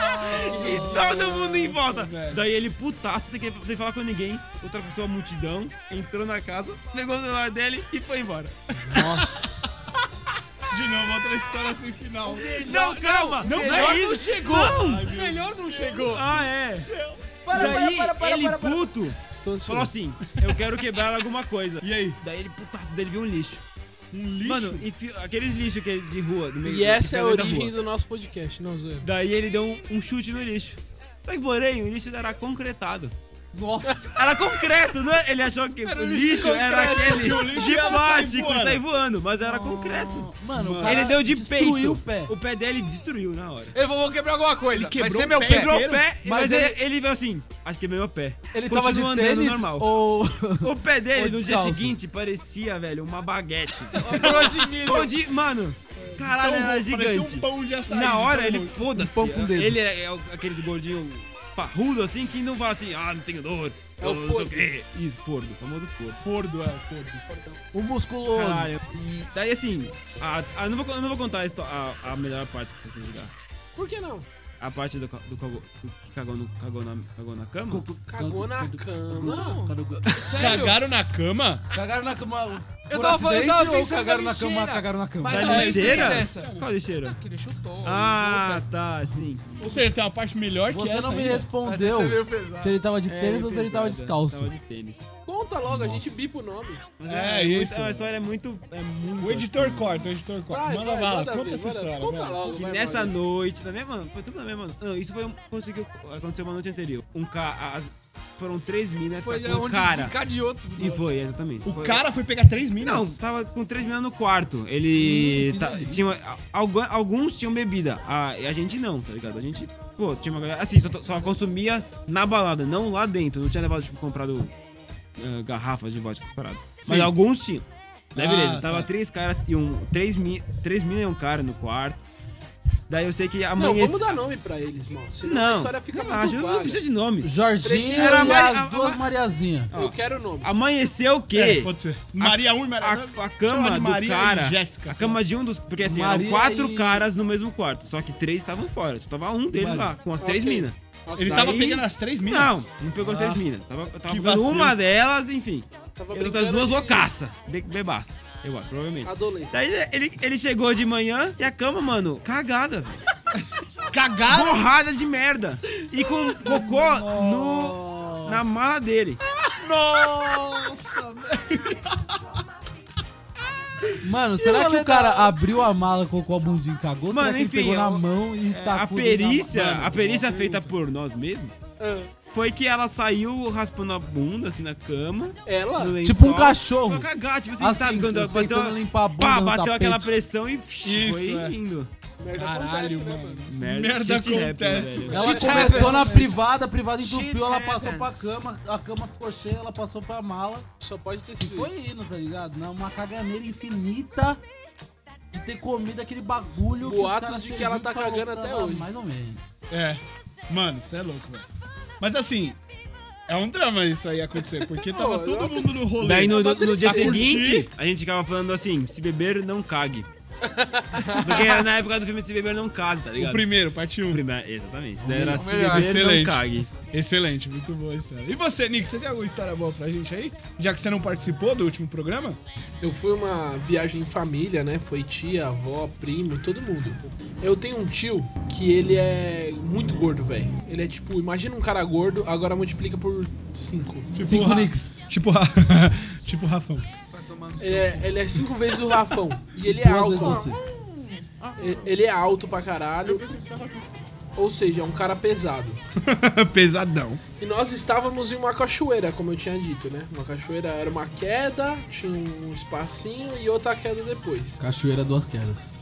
e todo mundo em volta. Daí ele putaço, sem, querer- sem falar com ninguém, ultrapassou a multidão, entrou na casa, pegou o celular dele e foi embora.
De novo, outra história sem final.
Não, calma! Não,
melhor
é
não
isso.
chegou.
Não.
Melhor não chegou.
Ah, é!
Para,
Daí
para, para, para,
ele
para, para.
puto
Estou
falou
ansioso.
assim, eu quero quebrar alguma coisa.
E aí?
Daí ele putaço, daí ele viu um lixo.
Um lixo?
Mano, enfi- aqueles lixos que é de rua, do meio
E essa é a
do meio da
origem
rua.
do nosso podcast, não, Zoeira.
Daí ele deu um, um chute no lixo. Só que porém, o lixo era concretado.
Nossa,
Era concreto, não é? Ele achou que
Era
o
um
lixo,
lixo
era
concreto,
aquele
que o lixo
de
ia sair
plástico
voando.
e sair voando, mas era concreto.
mano, o
Mano,
Ah, cara
ele deu de peito.
destruiu o pé. É,
O pé dele destruiu na hora.
Eu vou, vou quebrar alguma coisa. Vai
quebrou
ser
o
meu
pé.
pé.
Quebrou o
inteiro?
pé,
Mas
mas,
ele-
ele, ele veio assim, acho que é meu pé.
Ele tava de
Continua andando
tênis
normal.
ou...
O pé dele
Ou
no dia
descalço.
seguinte parecia, velho, uma baguete.
Quebrou de milho.
Onde, mano,
É.
caralho, era
Então, parecia um
gigante.
pão de açaí.
Na hora
Então,
ele, foda-se.
pão com dedos.
Ele é, é o- aquele gordinho parrudo assim que não fala assim, ah, não tenho dor.
É o
eu não sei
fordo.
quê. Isso, fordo, famoso fordo.
Fordo, é, fordo.
O musculoso.
Caralho. E daí assim, a, a- eu não vou, eu não vou contar a, histó- a- a melhor parte que você tem que jogar.
Por que não?
A parte do, ca- do cagou, do que cagou, no, cagou, na, cagou na cama?
Cagou na cama.
Sério?
Cagaram na cama?
Cagaram na cama.
Eu
por
tava falando- eu tava
acidente ou
pensando
cagaram na cama,
na lixeira.
cagaram na cama.
Mas
Da
a mãe tem
lixeira?
dessa. Tá.
Qual lixeira?
Que ele chutou.
Ah, tá, sim.
Ou seja, tem uma parte melhor que
Você
essa
não me
ainda.
respondeu
Você veio pesado.
se ele tava de
É,
tênis ou se ele tava
pesada.
descalço.
Tava de tênis.
Conta logo, a gente bipa o nome.
Mas
É,
muito-
isso.
A história é muito. É muito
O editor corta, o editor corta.
Vai,
manda
vai,
bala,
manda
conta
ver,
essa
manda-
história.
conta
vai.
logo,
E
vai,
nessa
Maurício.
noite, na mesma, foi tudo na mesma. Não, isso foi um, conseguiu aconteceu uma noite anterior. Um cara, foram três minas,
Foi
com um
onde
cara.
desencadeou tudo.
E foi exatamente.
O
Foi-
cara foi pegar três
Não,
minas? Hum,
tava com três meninas no quarto. Ele. tá- tinha, uma- algu- alguns tinham bebida. A, a gente não, tá ligado? A gente. Pô, tinha uma galera. Assim, só, só consumia na balada, não lá dentro. Não tinha levado, tipo, comprado ah, garrafas de vodka separado. Mas alguns tinham. Daí
Ah,
beleza, tava
tá.
três caras e um. Três, mi, três meninas e um cara no quarto. Daí eu sei que
Não,
amanhece.
vamos dar nome pra eles, mal. Senão a
Não,
história fica
relaxa,
muito
não
vaga.
precisa de nome.
Jorginho
Era a
e
Mari- a-
as duas
a-
Mariazinhas.
Eu quero nome.
Amanheceu o
É,
quê?
pode ser. Maria 1 e
a,
Maria
a
Chama
cama
de
do
Maria
cara.
e Jéssica,
a
sei
cama de um dos. Porque assim,
Maria
eram quatro
e-
caras no mesmo quarto. Só que três estavam fora. Só tava um deles
Maria.
lá, com as três
Ok.
minas.
Ele tá-
Daí-
tava pegando as três minas?
Não, não pegou as três minas. Tava, eu tava
Que
pegando
vacilo.
uma delas, enfim.
Tava
E as outras
brincando
duas
de
loucaça. Be bebaça. Eu acho, provavelmente.
Adolescente.
Daí ele- ele, ele chegou de manhã e a cama, mano, cagada. velho.
Cagaram?
Borrada de merda. E com cocô no, na mala dele.
Nossa, velho.
Mano, será que o cara abriu a mala, colocou a bundinha e cagou?
Mano,
será que ele
enfim,
pegou na
eu-
mão e
É, a
tacou Tá dentro da mala?
perícia,
Mano,
a perícia feita por nós mesmos,
Ah,
foi que ela saiu raspando a bunda, assim, na cama.
Ela?
no lençol.
Tipo um cachorro.
Foi cagar, tipo assim,
Assim,
sabe? Quando
tentando
bateu,
limpar a bunda
pá,
no
bateu
tapete.
aquela pressão e psh,
Isso,
foi
é.
indo.
Merda acontece,
Caralho,
né,
mano.
Merda,
Merda
shit happen,
acontece,
velho.
velho.
Ela
Shit
começou
happens.
na privada, a privada
Shit
entupiu, ela passou pra
happens.
cama, a cama ficou cheia, ela passou pra mala.
Só pode ter
E
sido
foi
isso.
indo, tá ligado? Não, uma caganeira infinita de ter comido aquele bagulho.
Boatos
os caras
de que ela tá
serviam e falou,
cagando até
"Tá,
hoje."
Mais ou menos.
É. Mano, você é louco, velho. Mas assim, é um drama isso aí acontecer, porque tava
Não, eu
todo mundo no rolê.
Daí
Tá
no, no- no dia
A curtir.
seguinte, a gente ficava falando assim, se beber, não cague. Porque era na época do filme Se Beber, Não Case, tá
O
ligado?
primeiro, parte 1.
Primeiro, exatamente. Daí era Se
melhor,
Ah,
Beber,
excelente.
Não Cague.
Excelente, muito boa a história. E você, Nick, você tem alguma história boa pra gente aí? Já que você não participou do último programa? Tipo
Eu fui uma viagem em família, né? Foi tia, avó, primo, todo mundo. Eu tenho um tio que ele é muito gordo, velho. Ele é tipo, imagina um cara gordo, agora multiplica por 5.
Cinco
Ra-
nicks.
Tipo, Ra- tipo o Rafão.
Ele é, ele é cinco vezes o Rafão. E ele é
Duas vezes
álcool.
você.
E- Ele é alto pra caralho. Ou seja, é um cara pesado.
Pesadão.
E nós estávamos em uma cachoeira, como eu tinha dito, né? Uma cachoeira era uma queda, tinha um espacinho e outra queda depois.
Cachoeira Duas Quedas.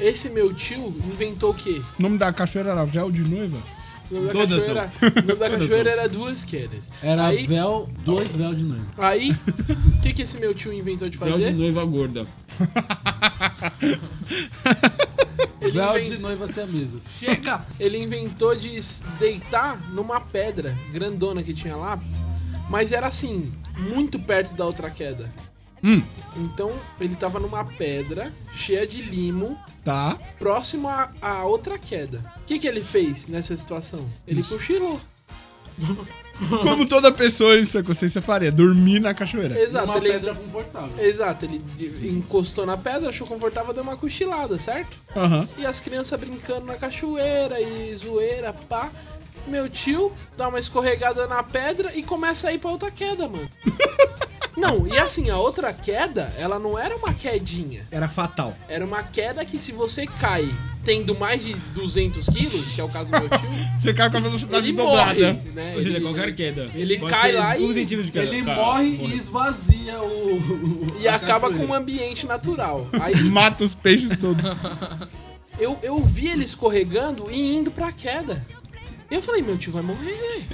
Esse meu tio inventou o quê?
O nome da cachoeira era Véu de Noiva?
O nome da
Todas
cachoeira, o nome da cachoeira era duas quedas.
Era
aí,
véu, dois véu de noiva.
aí, o que, que esse meu tio inventou de
Véu de
fazer?
noiva gorda.
Ele, Tá,
véu
inven-
de noiva sem a mesa.
Chega!
ele inventou de s- deitar numa pedra grandona que tinha lá, mas era assim, muito perto da outra queda. Então, ele tava numa pedra cheia de limo,
Tá.
próximo à, à outra queda. O que, que ele fez nessa situação? Ele cochilou.
Como toda pessoa em sua consciência faria, dormir na cachoeira.
Exato,
Uma
ele
pedra confortável.
Exato, ele encostou na pedra, achou confortável, deu uma cochilada, certo?
Aham.
E as crianças brincando na cachoeira e zoeira, pá. Meu tio dá uma escorregada na pedra e começa a ir pra outra queda, mano. Não, e assim, a outra queda, ela não era uma quedinha.
Era fatal.
Era uma queda que se você cai tendo mais de 200 quilos, que é o caso do meu tio,
Você cai com a tá velocidade
ele morre,
dobrada.
né?
Ou seja,
Ele-
qualquer queda.
ele
Pode
cai
ser
lá
um
e-
centímetro de queda.
Ele
Cara,
morre e esvazia o. o-
E
a
acaba com
cachoeira.
um ambiente natural. Aí
Mata os peixes todos.
eu, eu vi ele escorregando e indo pra queda. Eu falei, meu tio vai morrer, velho.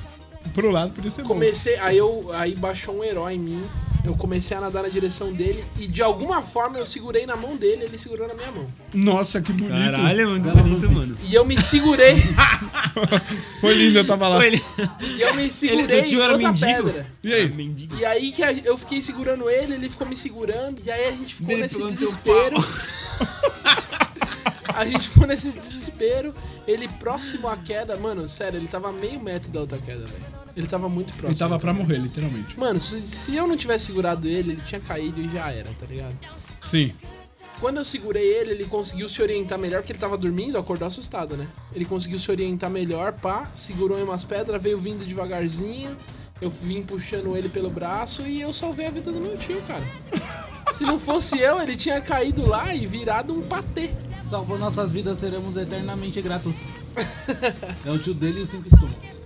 Pro lado podia ser bom.
Comecei, aí eu aí baixou um herói em mim. Eu comecei a nadar na direção dele e de alguma forma eu segurei na mão dele, ele segurou na minha mão.
Nossa, que bonito.
Caralho, mano, que bonito, mano.
E eu me segurei,
Foi lindo, eu tava lá.
Ou ele...
e eu me
Ele-
segurei
seu
em
tio era
outra
mendigo?
pedra.
E aí?
Mendigo.
E aí que a- eu fiquei segurando ele, ele ficou me segurando, e aí a gente ficou
Dele
nesse
pegando teu
desespero. a gente ficou nesse desespero, ele próximo à queda, mano, sério, ele tava meio metro da outra queda, velho. Ele tava muito próximo.
Ele tava pra morrer, literalmente.
Mano, se, se eu não tivesse segurado ele, ele tinha caído e já era, tá ligado?
Sim.
Quando eu segurei ele, ele conseguiu se orientar melhor, porque ele tava dormindo, acordou assustado, né? Ele conseguiu se orientar melhor, pá, segurou em umas pedras, veio vindo devagarzinho. Eu vim puxando ele pelo braço e eu salvei a vida do meu tio, cara. Se não fosse eu, ele tinha caído lá e virado um patê.
Salvou nossas vidas, seremos eternamente gratos. é o tio dele e os cinco estômagos.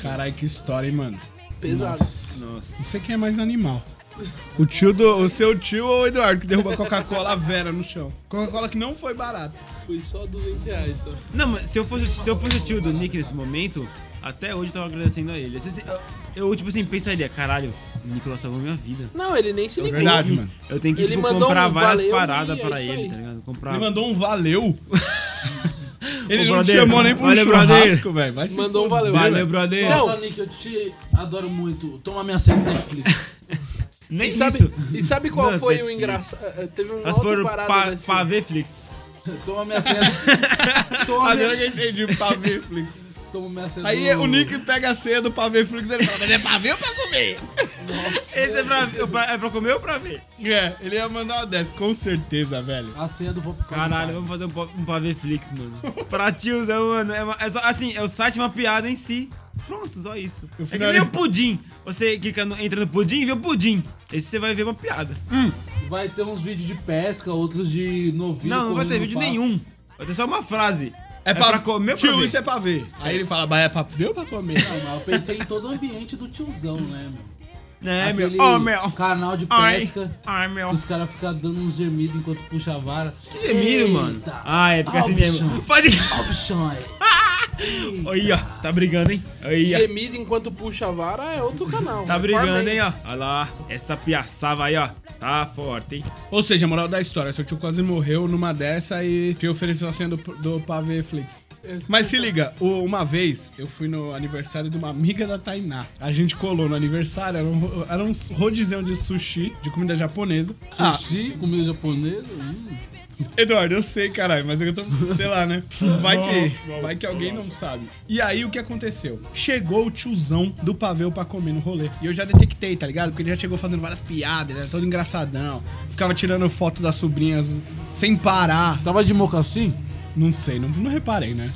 Caralho, que história, hein, mano.
Pesado.
Nossa.
Não sei quem é mais animal. O tio do. O seu tio ou o Eduardo que derruba Coca-Cola Vera no chão. Coca-Cola que não foi barata.
Foi só 200 reais só.
Não, mas se eu, fosse, se eu fosse o tio do Nick nesse momento, até hoje eu tava agradecendo a ele. Eu, eu, eu, tipo assim, pensaria, caralho, o Nicolas salvou minha vida.
Não, ele nem se ligou.
Verdade, mano.
Eu tenho que
Ele
tipo,
mandou
comprar
um
várias
valeu
paradas
e é
pra
isso
ele,
aí.
tá ligado? Comprar.
Ele mandou um valeu. Ele
Ô,
não
brother,
te chamou nem pro
olha,
churrasco, velho. Vai se
Mandou um valeu.
Valeu,
né?
brother.
Não.
Nossa, Nick, eu te adoro muito. Toma minha série do Netflix.
Nem
E sabe,
isso.
e sabe qual
Não,
foi
tem
o
que-
engraçado? Teve uma
Mas
outra
foram
parada
pa,
nesse-
pra ver Flix.
Toma minha senha. Toma,
Agora
minha...
que eu entendi, pavê flix.
Toma minha senha.
Aí
é
o Nick pega a ceia do pavê flix e ele fala, mas é pavê ou pra comer?
Esse é pra, é pra- é pra comer ou pra ver?
É, ele ia mandar uma dessa, com certeza, velho.
A senha do popcorn.
Caralho, vamos fazer um, pa- um pavê Flix, mano. pra tiozão, mano. É, uma- é só, assim, é o site é uma piada em si. Pronto, só isso. É que nem
finalizo-
o pudim. Você clica no, entra no pudim e vê o pudim. Esse você vai ver uma piada.
Vai ter uns vídeos de pesca, outros de novinho.
não, não vai
correndo
ter
no
vídeo
pasto.
nenhum. Vai ter só uma frase.
É, pra,
comer ou pra
Tio,
ver?
isso é pavê. Aí ele fala, mas é pra comer ou pra comer?
Não, mas eu pensei em todo o ambiente do tiozão, né, meu?
Né,
Aquele
meu? Ó, meu.
Canal de
Ai,
pesca.
ai, meu.
que Os caras ficam dando uns gemidos enquanto puxa a vara. Que
Gemido, mano. Ah, é porque
Ó,
assim
o
mesmo.
bichão.
Pode.
Ó, o bichão aí.
Aí, ó. Tá brigando, hein? Aí, ó.
Gemido enquanto puxa a vara é outro canal.
Tá
né?
brigando,
Farmei.
hein, ó. Olha lá. Essa piaçava aí, ó. Tá forte, hein?
Ou seja, a moral da história, seu tio quase morreu numa dessa e te ofereceu a senha do, do pavê Flix. Mas se liga, o- uma vez eu fui no aniversário de uma amiga da Tainá. A gente colou no aniversário, era um, ro- era um rodizão de sushi, de comida japonesa. Ah,
Sushi, comida japonesa. hum.
Eduardo, eu sei, caralho, mas é que eu tô, sei lá, né? Vai que, vai que alguém não sabe. E aí, o que aconteceu? Chegou o tiozão do pavê pra comer no rolê. E eu já detectei, tá ligado? Porque ele já chegou fazendo várias piadas, ele era todo engraçadão. Ficava tirando foto das sobrinhas sem parar.
Tava de assim? mocassim?
Não sei, não, não reparei, né?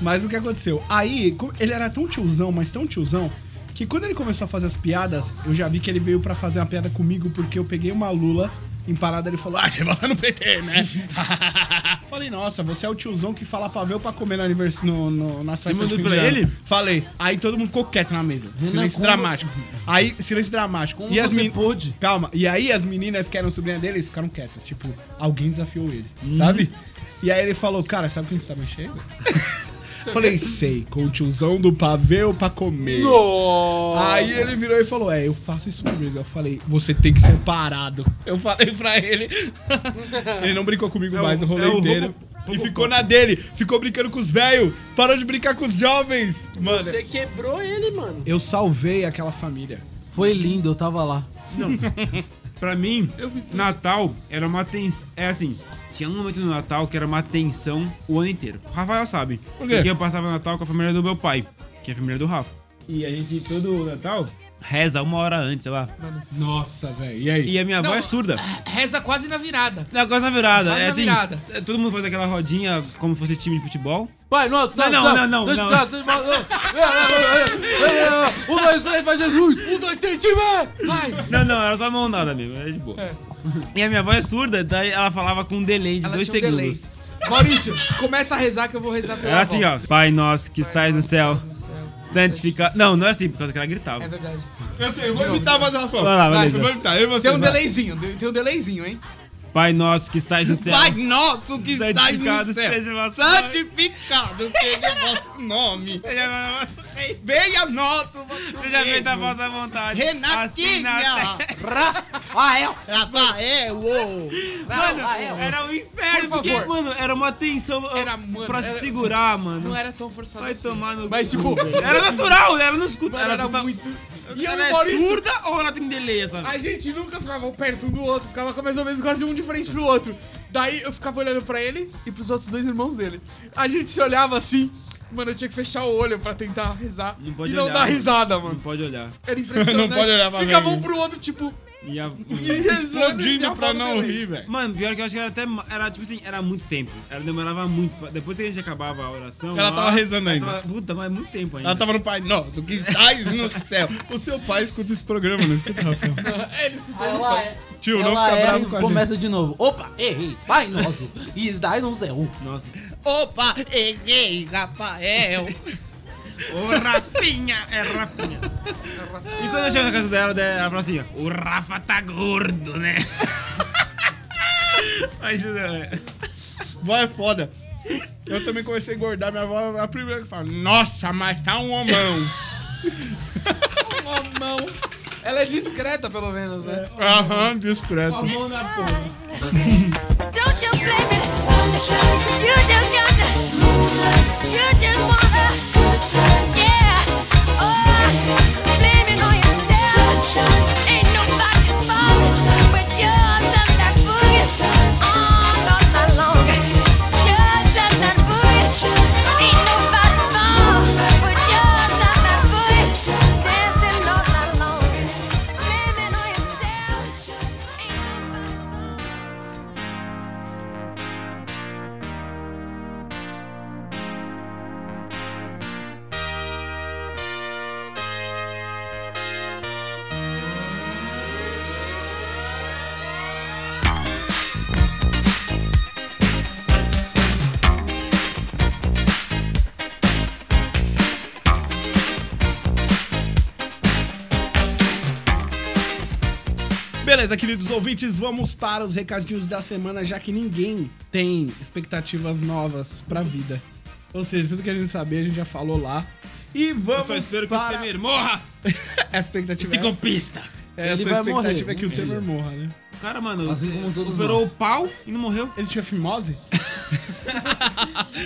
Mas o que aconteceu? Aí, co- ele era tão tiozão, mas tão tiozão, que quando ele começou a fazer as piadas, eu já vi que ele veio pra fazer uma piada comigo porque eu peguei uma lula em parada, ele falou: Ah, você vai lá no PT, né? Falei, nossa, você é o tiozão que fala pavel pra comer no anivers... no, no, nas festas
mandou
de fim de
pra
ano."
ele?
Falei. Aí todo mundo ficou quieto na mesa. silêncio
como-
dramático. Uhum. Aí, silêncio dramático. Um
Como você pôde?
Calma. E aí as meninas que eram sobrinha dele, eles ficaram quietas. Tipo, alguém desafiou ele, sabe? E aí ele falou, cara, sabe quem você tá mexendo? Falei, sei, com o tiozão do pavel pra comer. Aí ele virou e falou: É, eu faço isso comigo. Eu falei: Você tem que ser parado. Eu falei pra ele. ele não brincou comigo
É
mais
o-
o rolê
é o
inteiro.
Robo-
E ficou na dele. Ficou brincando com os velhos. Parou de brincar com os jovens. Mano,
Você quebrou ele, mano.
eu salvei aquela família.
Foi lindo, eu tava lá.
Pra mim, Natal era uma tensão. É assim, tinha um momento no Natal que era uma tensão o ano inteiro. O Rafael sabe.
quê?
Porque eu passava Natal com a família do meu pai, que é a família do Rafa. E a gente, todo Natal, reza uma hora antes, sei lá.
Nossa, velho. E aí?
E a minha avó
Não.
é surda.
Reza quase na virada.
Negócio na virada.
Quase
é
na
assim,
virada.
é, Todo mundo faz aquela rodinha como se fosse time de futebol.
Pai, não,
Não, não, não, não, não.
Um, dois, três, vai Jesus! Um, dois, três, time!
Vai.
Não, não, era só mão dada mesmo, era de boa. E a minha avó é surda, daí ela falava com um delay de
Ela
dois
tinha um delay.
segundos.
Maurício, começa a rezar que eu vou rezar pela
Era assim,
avó.
ó. Pai nosso que
Pai
estás no
nosso,
céu,
no céu.
santificado. Não, não era assim, por causa que ela gritava.
É verdade.
Eu sei, eu vou imitar, mas Rafa.
Vai lá,
Vai,
beleza.
imitar, eu e você.
Tem um
vai.
delayzinho, tem um delayzinho, hein?
Pai nosso que estás no céu.
Pai nosso que estás
Santificado
no céu,
seja o vosso
santificado seja o vosso nome. Venha nosso vosso
Seja feita a
reino.
vossa vontade. Assim na
Renatinha!
terra-
Rafael!
Rafael! ô.
Mano, era um inferno,
Por
porque,
favor.
mano, era uma tensão ó,
Era, mano,
pra se
era-
segurar, mano.
Não era tão forçado
Vai
assim.
tomar no
Mas,
cu,
tipo,
velho. Era natural, ela não escuta.
Mano,
Ela
era
escuta-
muito... E eu
Ela
no
é
Maurício,
surda ou ela tem delay, sabe?
a gente nunca ficava perto um do outro, ficava mais ou menos quase um de frente pro outro. Daí eu ficava olhando pra ele e pros outros dois irmãos dele. A gente se olhava assim, mano, eu tinha que fechar o olho pra tentar rezar
Não pode
e não
olhar. né?
dar risada,
Não
mano.
pode olhar.
Era impressionante.
Não pode olhar pra
Ficava
mim.
um pro outro, tipo,
E a-
e rezando e me
Explodindo pra
afogando
não
dele.
rir, velho.
Mano, pior que eu acho que era até. ma- Era tipo assim, era muito tempo. Ela demorava muito. pra- Depois que a gente acabava a oração.
Ela
uma
tava
hora-
rezando
ela
ainda.
tava- Puta, mas é muito tempo ainda.
Ela tava no pai nosso que estás no céu. O seu pai escuta esse programa, não escuta, Rafael?
É, ele escutou isso.
Ela é.
Tio, não
ela
fica
é
bravo
e
com a
começa de novo. Opa, errei. Pai nosso, e estás no céu.
Nossa.
Opa, errei, Rafael.
Ô Rafinha! É Rafinha. E quando eu chego na casa dela, daí ela fala assim: ó, o Rafa tá gordo, né? Mas isso não é.
Vó é foda. Eu também comecei a engordar, minha avó é a primeira que fala, nossa, mas tá um homão.
Uma mão. Ela é discreta, pelo menos, né?
É.
Aham, discreto.
Don't you blame it, sunshine. You just got the moonlight. You just wanna good time, yeah. Oh, blame it on yourself. Sunshine. Ain't nobody's fault but yours and that boogie all of night long. Yours and that boogie. Ain't nobody's fault but yours and that boogie dancing all night long. Blame it on yourself. Ain't nobody's fault.
Beleza, queridos ouvintes, vamos para os recadinhos da semana, já que ninguém tem expectativas novas pra vida. Ou seja, tudo que a gente sabia, a gente já falou lá. E vamos
Só espero que o
para...
Temer morra!
A expectativa é...
Ficopista!
é, a
Ele
sua
vai
expectativa
morrer,
é que o
um
Temer morra, né?
O cara, mano, eh,
Assim como todos
operou
nós.
o pau e não morreu.
Ele tinha fimose?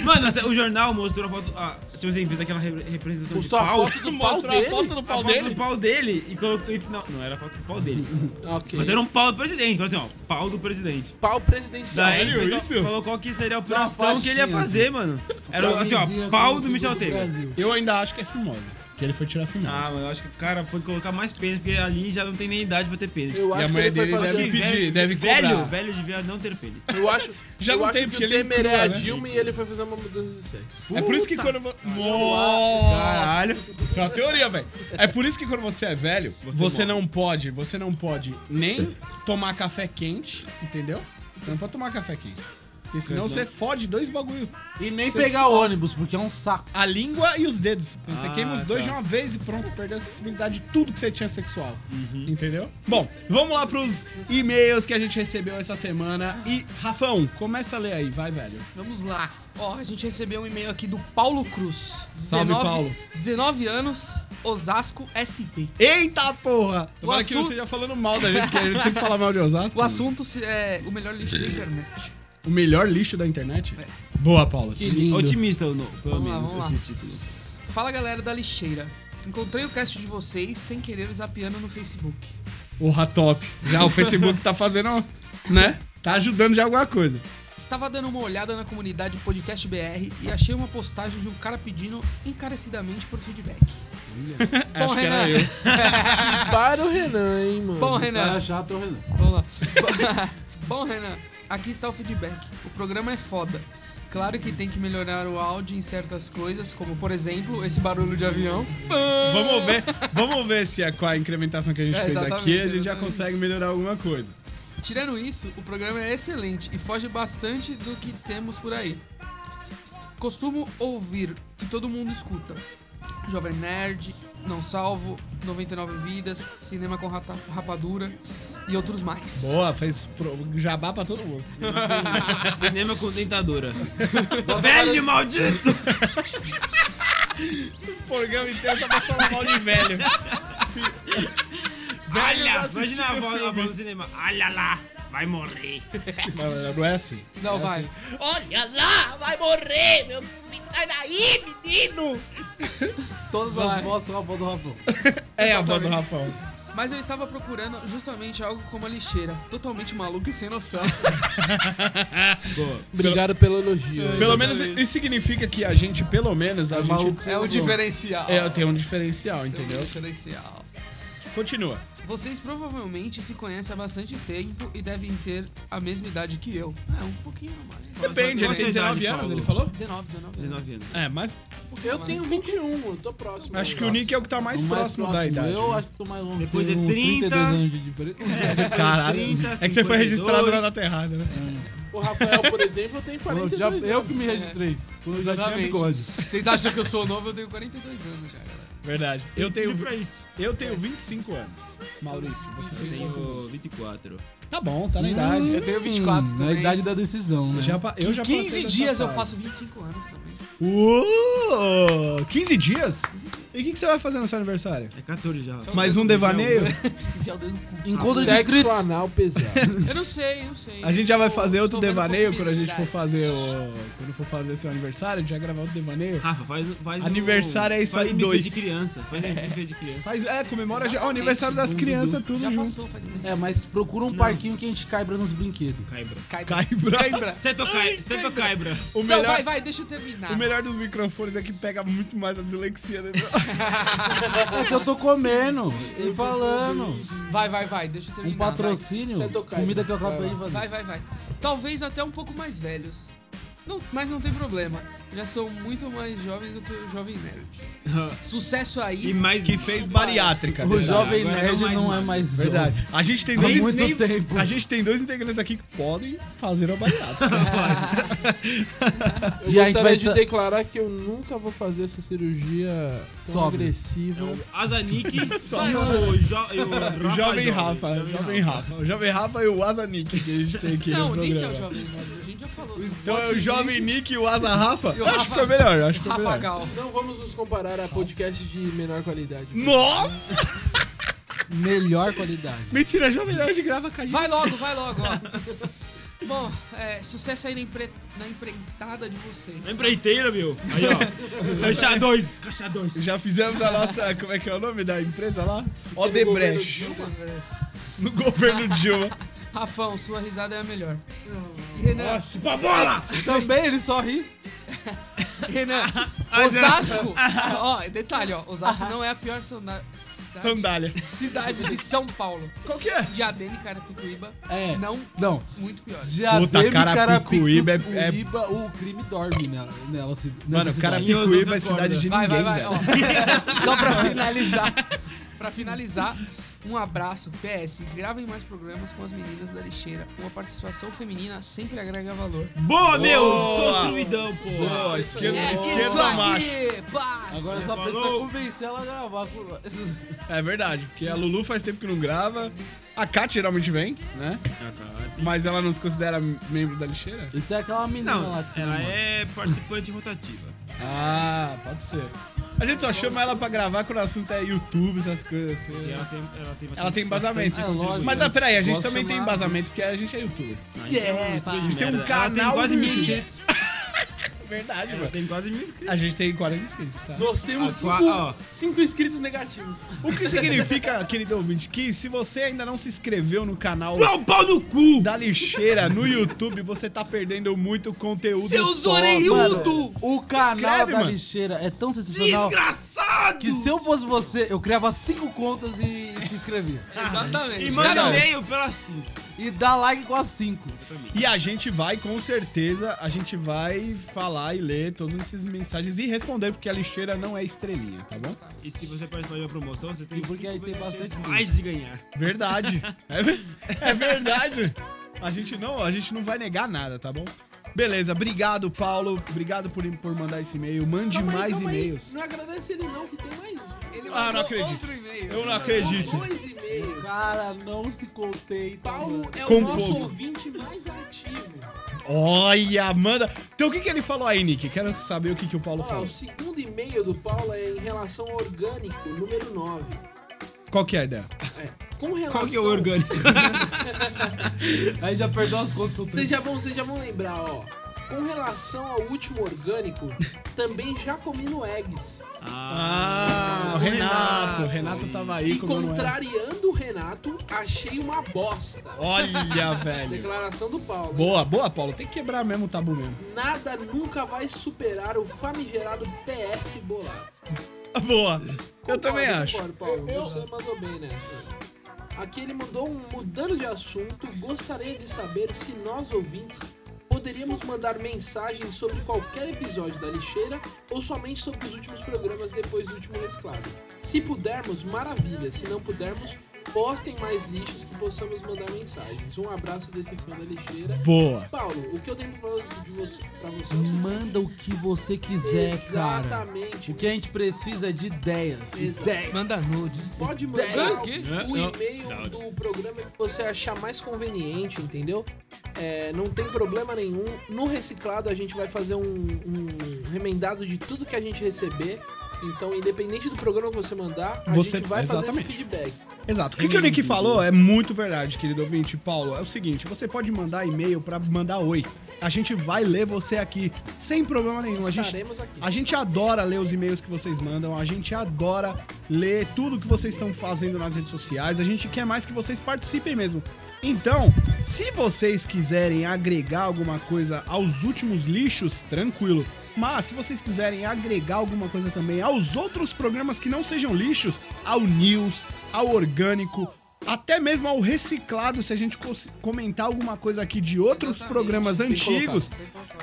Mano, até o jornal mostrou a foto. Ah, tipo assim, fez aquela re- representação de
Só a
pau.
foto do pau dele.
do pau dele? do pau dele e colocou. e- Não, não era a foto do pau dele.
Ok.
Mas era um pau do presidente. Falou assim, ó, pau do presidente.
Pau presidencial.
Daí ele fez-
isso?
colocou que seria a operação
faixinha,
que ele ia fazer, mano. Era assim, ó, pau do Michel Temer.
Eu ainda acho que é fimose.
que ele foi tirar a final.
Ah, mano, eu acho que o cara foi colocar mais pênalti, porque ali já não tem nem idade pra ter pênalti.
Eu
E a
acho que
mulher
ele foi
dele
fazer. um-
deve pedir, deve
velho,
cobrar.
velho devia não ter pênalti.
Eu acho,
Já
eu
não
acho
tem,
que
porque
o
ele
Temer é a
entrou, né?
Dilma e ele foi fazer uma mudança de sexo.
É por isso que quando. vo- Nossa!
Caralho.
Isso é uma teoria, velho. É por isso que quando você é velho, você, não pode, você não pode nem tomar café quente, entendeu? Você não pode tomar café quente. Porque senão você fode dois bagulho.
E nem pegar ônibus, porque é um saco.
A língua e os dedos. Então você
Ah,
queima os dois
tá.
de uma vez e pronto, perdeu a acessibilidade de tudo que você tinha sexual.
Uhum.
Entendeu? Bom, vamos lá pros e-mails que a gente recebeu essa semana. E, Rafão, começa a ler aí, vai, velho.
Vamos lá. Ó, a gente recebeu um e-mail aqui do Paulo Cruz.
Salve, Paulo.
19 anos, Osasco SP.
Eita porra! Tomara que
assunto-
não seja falando mal da gente, porque a gente sempre fala mal de Osasco. né?
O assunto se- é o melhor lixo da internet.
O melhor lixo da internet? Boa, Paula.
Que lindo.
Otimista, ou não, pelo
Vamos lá,
menos,
vamos lá.
esse título.
Fala galera da lixeira. Encontrei o cast de vocês sem querer zapeando no Facebook.
Porra, top. Já o Facebook tá fazendo, né? Tá ajudando de alguma coisa.
Estava dando uma olhada na comunidade Podcast BR e achei uma postagem de um cara pedindo encarecidamente por feedback. Bom,
Acho que era
Renan.
eu.
Para o Renan, hein, mano.
Bom,
Cara
Renan.
chato é o Renan.
Vamos lá. Bom, Renan, aqui está o feedback. O programa é foda. Claro que tem que melhorar o áudio em certas coisas, como por exemplo esse barulho de avião. Ah!
Vamos ver, vamos ver se é com a incrementação que a gente
É,
fez
exatamente,
aqui, a gente já
exatamente.
consegue melhorar alguma coisa.
Tirando isso, o programa é excelente e foge bastante do que temos por aí. Costumo ouvir que todo mundo escuta. Jovem Nerd, Não Salvo, 99 Vidas, Cinema com Rata- Rapadura e outros mais.
Boa, fez pro- jabá pra todo mundo.
Cinema com dentadura. velho maldito!
O programa inteiro tá falando mal de velho.
Olha, imagina a voz a voz do cinema. Olha lá, vai morrer.
Não, não é assim.
Não, vai.
Olha lá, vai morrer, meu. Sai daí, menino!
Todas
Vai.
as vozes são a voz do Rafão.
É a voz do
Exatamente.
Rafão.
Mas eu estava procurando justamente algo como a lixeira. Totalmente maluco e sem noção.
Obrigado pelo elogio.
Pelo menos isso significa que a gente, pelo menos, a gente
é o diferencial. É
é, tem um diferencial, entendeu?
o diferencial.
Continua.
Vocês provavelmente se conhecem há bastante tempo e devem ter a mesma idade que eu. É, um pouquinho mais.
Depende, ele
Qual a
tem
sua idade,
19 anos,
Paulo?
ele falou?
19, 19.
19 anos.
É, mas
Eu tenho 21, eu tô próximo.
acho que o Nick é o que tá mais
O mais
próximo da idade.
Eu acho que tô mais longe.
Depois
tenho
é
uns
30.
32 anos de diferença.
Caralho.
30,
É que você foi
52.
registrado na data errada, né?
O Rafael, por exemplo, tem
Eu,
42
já,
anos.
eu que me registrei. Quando eu já tinha
Exatamente.
bigode.
Vocês acham que eu sou novo? Eu tenho 42 anos já, galera.
É. Verdade. Eu tenho,
Tudo pra é isso.
eu tenho 25 anos. Maurício, você
Eu
tem quantos?
tenho 24.
Tá bom, tá na idade.
Eu tenho 24
Na
também.
idade da decisão, né?
Já, pa- eu já
Em 15 dias eu faço 25 anos também.
Uh, 15 dias? E o que, que você vai fazer no seu aniversário?
É 14 já.
Mais um devaneio?
Enfiar o dedo no cu.
Encontro de
Sexo
inscritos.
anal pesado.
Eu não sei, eu não sei.
A gente já vai
Estou-
fazer outro
estou vendo
devaneio quando a gente for
possibilidades.
fazer o. Quando for fazer seu aniversário, a gente vai gravar outro devaneio.
Rafa, faz, faz um-
Aniversário é isso
faz um
aí,
buffet
dois.
de criança. Faz um buffet de criança.
Faz, é, comemora já, o
Exatamente,
aniversário das crianças, tudo
Já
junto.
passou faz tempo.
É, mas procura um parquinho que a gente caibra nos brinquedos.
Caibra.
Caibra.
Caibra.
Caibra.
Seto
Ai,
cai- seto caibra.
O
Não,
melhor,
vai, vai, deixa eu terminar.
o melhor dos microfones é que pega muito mais a dislexia, né?
É que eu tô comendo e falando.
Vai, vai, vai, deixa eu
Um
terminar.
patrocínio,
Você tocar,
comida que eu
vai
acabei de fazer.
Vai, vai, vai. vai. Talvez até um pouco mais velhos. Não, mas não tem problema. Já são muito mais jovens do que o Jovem Nerd. Sucesso aí.
E mais um.
que fez É bariátrica.
O
verdade.
Jovem
agora
Nerd
não mais
não é mais jovem.
Verdade. A gente tem
Há
dois,
muito tempo.
A gente tem dois integrantes aqui que podem fazer a bariátrica.
Eu
E a gente
gostaria
vai
de
tra-
declarar que eu nunca vou fazer essa cirurgia tão
Sobre.
É
agressiva.
um- Azanik e o, jo- e o
o
Rafa
jovem
Jovem.
Rafa, o jovem Rafa. O jovem Rafa e o Asa Nick que a gente tem aqui
Não,
no
nem que é
programa.
o Jovem Nerd. A gente já falou. isso.
Então é o jovem né? Nick e o Asa Rafa.
E o
acho
Rafa-
que foi melhor, acho que foi
Rafa
melhor.
Gal.
Não vamos nos comparar a podcast de menor qualidade.
Nossa!
Melhor qualidade.
Mentira, jovem Nerd grava com a gente.
Vai logo, vai logo, ó. Bom, é, sucesso aí na, empre... na empreitada de vocês.
Empreiteira, meu. Aí, ó. Caixa 2. Caixa 2.
Já fizemos a nossa. Como é que é o nome da empresa lá? Odebrecht. No governo Dilma.
Rafão, sua risada é a melhor. E Renan,
Chupa a Tipo bola!
Também ele só ri.
Renan, Osasco. ó, detalhe, ó. Osasco não é a pior sonda- cidade,
Sandália.
cidade de São Paulo.
Qual que é?
Diadema e Carapicuíba
É.
não
Não.
muito pior.
Diadema e
Carapicuíba é-
Carapicuíba, o crime dorme nela. nela
assim.
se- nessa
Mano,
cidade.
Carapicuíba é cidade de
Vai,
ninguém,
vai, vai.
velho.
ó. Só pra finalizar. Pra finalizar, um abraço. PS, gravem mais programas com as meninas da lixeira. Uma participação feminina sempre agrega valor.
Boa, meu! Desconstruidão, pô!
Boa, esquerda,
é isso
esquerda macho.
aqui, pá!
Agora só
Falou.
precisa convencer ela a gravar. com- esses-
É verdade, porque a Lulu faz tempo que não grava. A Kat geralmente vem, né? Mas ela não se considera membro da lixeira?
E tem aquela menina
Não,
lá de
assim,
cima.
ela é participante rotativa.
Ah, pode ser. A gente só chama ela pra gravar quando o assunto é YouTube, essas coisas assim.
E ela tem, ela tem bastante-
Ela tem embasamento.
É, lógico.
Mas ah, peraí, a gente
Gosto
também
de
tem
chamar-
embasamento, porque a gente é youtuber.
bastante-
É, pá.
Tem um
Ela
canal
tem quase mil
minha.
inscritos.
É Verdade,
Ela tem quase mil inscritos.
A gente tem 40 inscritos, tá?
Nós temos cinco,
Agora, ó.
cinco inscritos negativos.
O que significa, querido ouvinte, que se você ainda não se inscreveu no canal
Pô, um pau no cu!
da lixeira no YouTube, você tá perdendo muito conteúdo.
Seus
top.
é
orelhudo!
O canal
inscreve,
da
mano.
lixeira é tão sensacional
Desgraçado!
que se eu fosse você, eu criava cinco contas e se inscrevia.
E
Exatamente.
manda
Cada um.
e-mail pela 5.
E dá like com as cinco.
E a gente vai, com certeza, a gente vai falar e ler todas essas mensagens e responder, porque a lixeira não é estrelinha, tá bom?
E se você participar de uma promoção, você tem
E porque aí tem
cinco vezes
bastante
mais de ganhar.
Verdade. É, ver- é verdade. A gente não, a gente não vai negar nada, tá bom? Beleza, obrigado, Paulo. Obrigado por, por mandar esse e-mail. Mande
Calma aí,
mais
calma aí.
e-mails.
Não agradece ele não, que tem mais.
Ele
Ah, não
mandou
acredito.
outro e-mail.
Eu não acredito.
Dois e-mails.
Cara, não se contei.
tá
Paulo é
Com
o nosso
pouco.
ouvinte mais ativo.
Olha, manda. Então o que, que ele falou aí, Nick? Quero saber o que, que o Paulo
Ó,
falou.
o segundo e-mail do Paulo é em relação ao orgânico, número 9.
Qual que é a ideia?
É, com relação...
Qual que é o orgânico?
Aí já perdeu as contas.
Vocês já, vão, vocês já vão lembrar, ó. Com relação ao último orgânico, também já comi no Eggs.
Ah, o Renato. O Renato tava aí
e
comendo ela.
contrariando o Renato, achei uma bosta.
Olha, velho.
Declaração do Paulo. hein?
Boa, boa, Paulo. Tem que quebrar mesmo o tabu mesmo.
Nada nunca vai superar o famigerado PF bolado.
Boa. Eu também
Concordo,
acho.
concordo, Paulo, você mandou bem nessa. né? Aqui ele mandou um mudando de assunto. Gostaria de saber se nós ouvintes poderíamos mandar mensagens sobre qualquer episódio da lixeira ou somente sobre os últimos programas depois do último mesclado. Se pudermos, maravilha. Se não pudermos, postem mais lixos que possamos mandar mensagens. Um abraço desse fã da lixeira.
Boa.
Paulo, o que eu tenho pra falar de você, pra você é o seguinte.
Manda o que você quiser, é, cara.
Exatamente.
O que a gente precisa é de ideias.
Exato.
Ideias.
Manda nudes.
Pode mandar
O quê?
Né?
o e-mail do programa que você achar mais conveniente, entendeu? É, não tem problema nenhum. No reciclado a gente vai fazer um, um remendado de tudo que a gente receber. Então, independente do programa que você mandar, a
Você-
gente vai fazer
exatamente.
esse feedback.
Exato. O que, que o Nick falou é muito verdade, querido ouvinte. Paulo, é o seguinte: você pode mandar e-mail pra mandar oi. A gente vai ler você aqui, sem problema nenhum. Então, A gente,
Estaremos aqui.
a gente adora ler os e-mails que vocês mandam, a gente adora ler tudo que vocês estão fazendo nas redes sociais. A gente quer mais que vocês participem mesmo. Então, se vocês quiserem agregar alguma coisa aos últimos lixos, tranquilo. Mas se vocês quiserem agregar alguma coisa também aos outros programas que não sejam lixos, ao news, ao orgânico, até mesmo ao reciclado, se a gente cons- comentar alguma coisa aqui de outros
Exatamente,
programas
bem
antigos,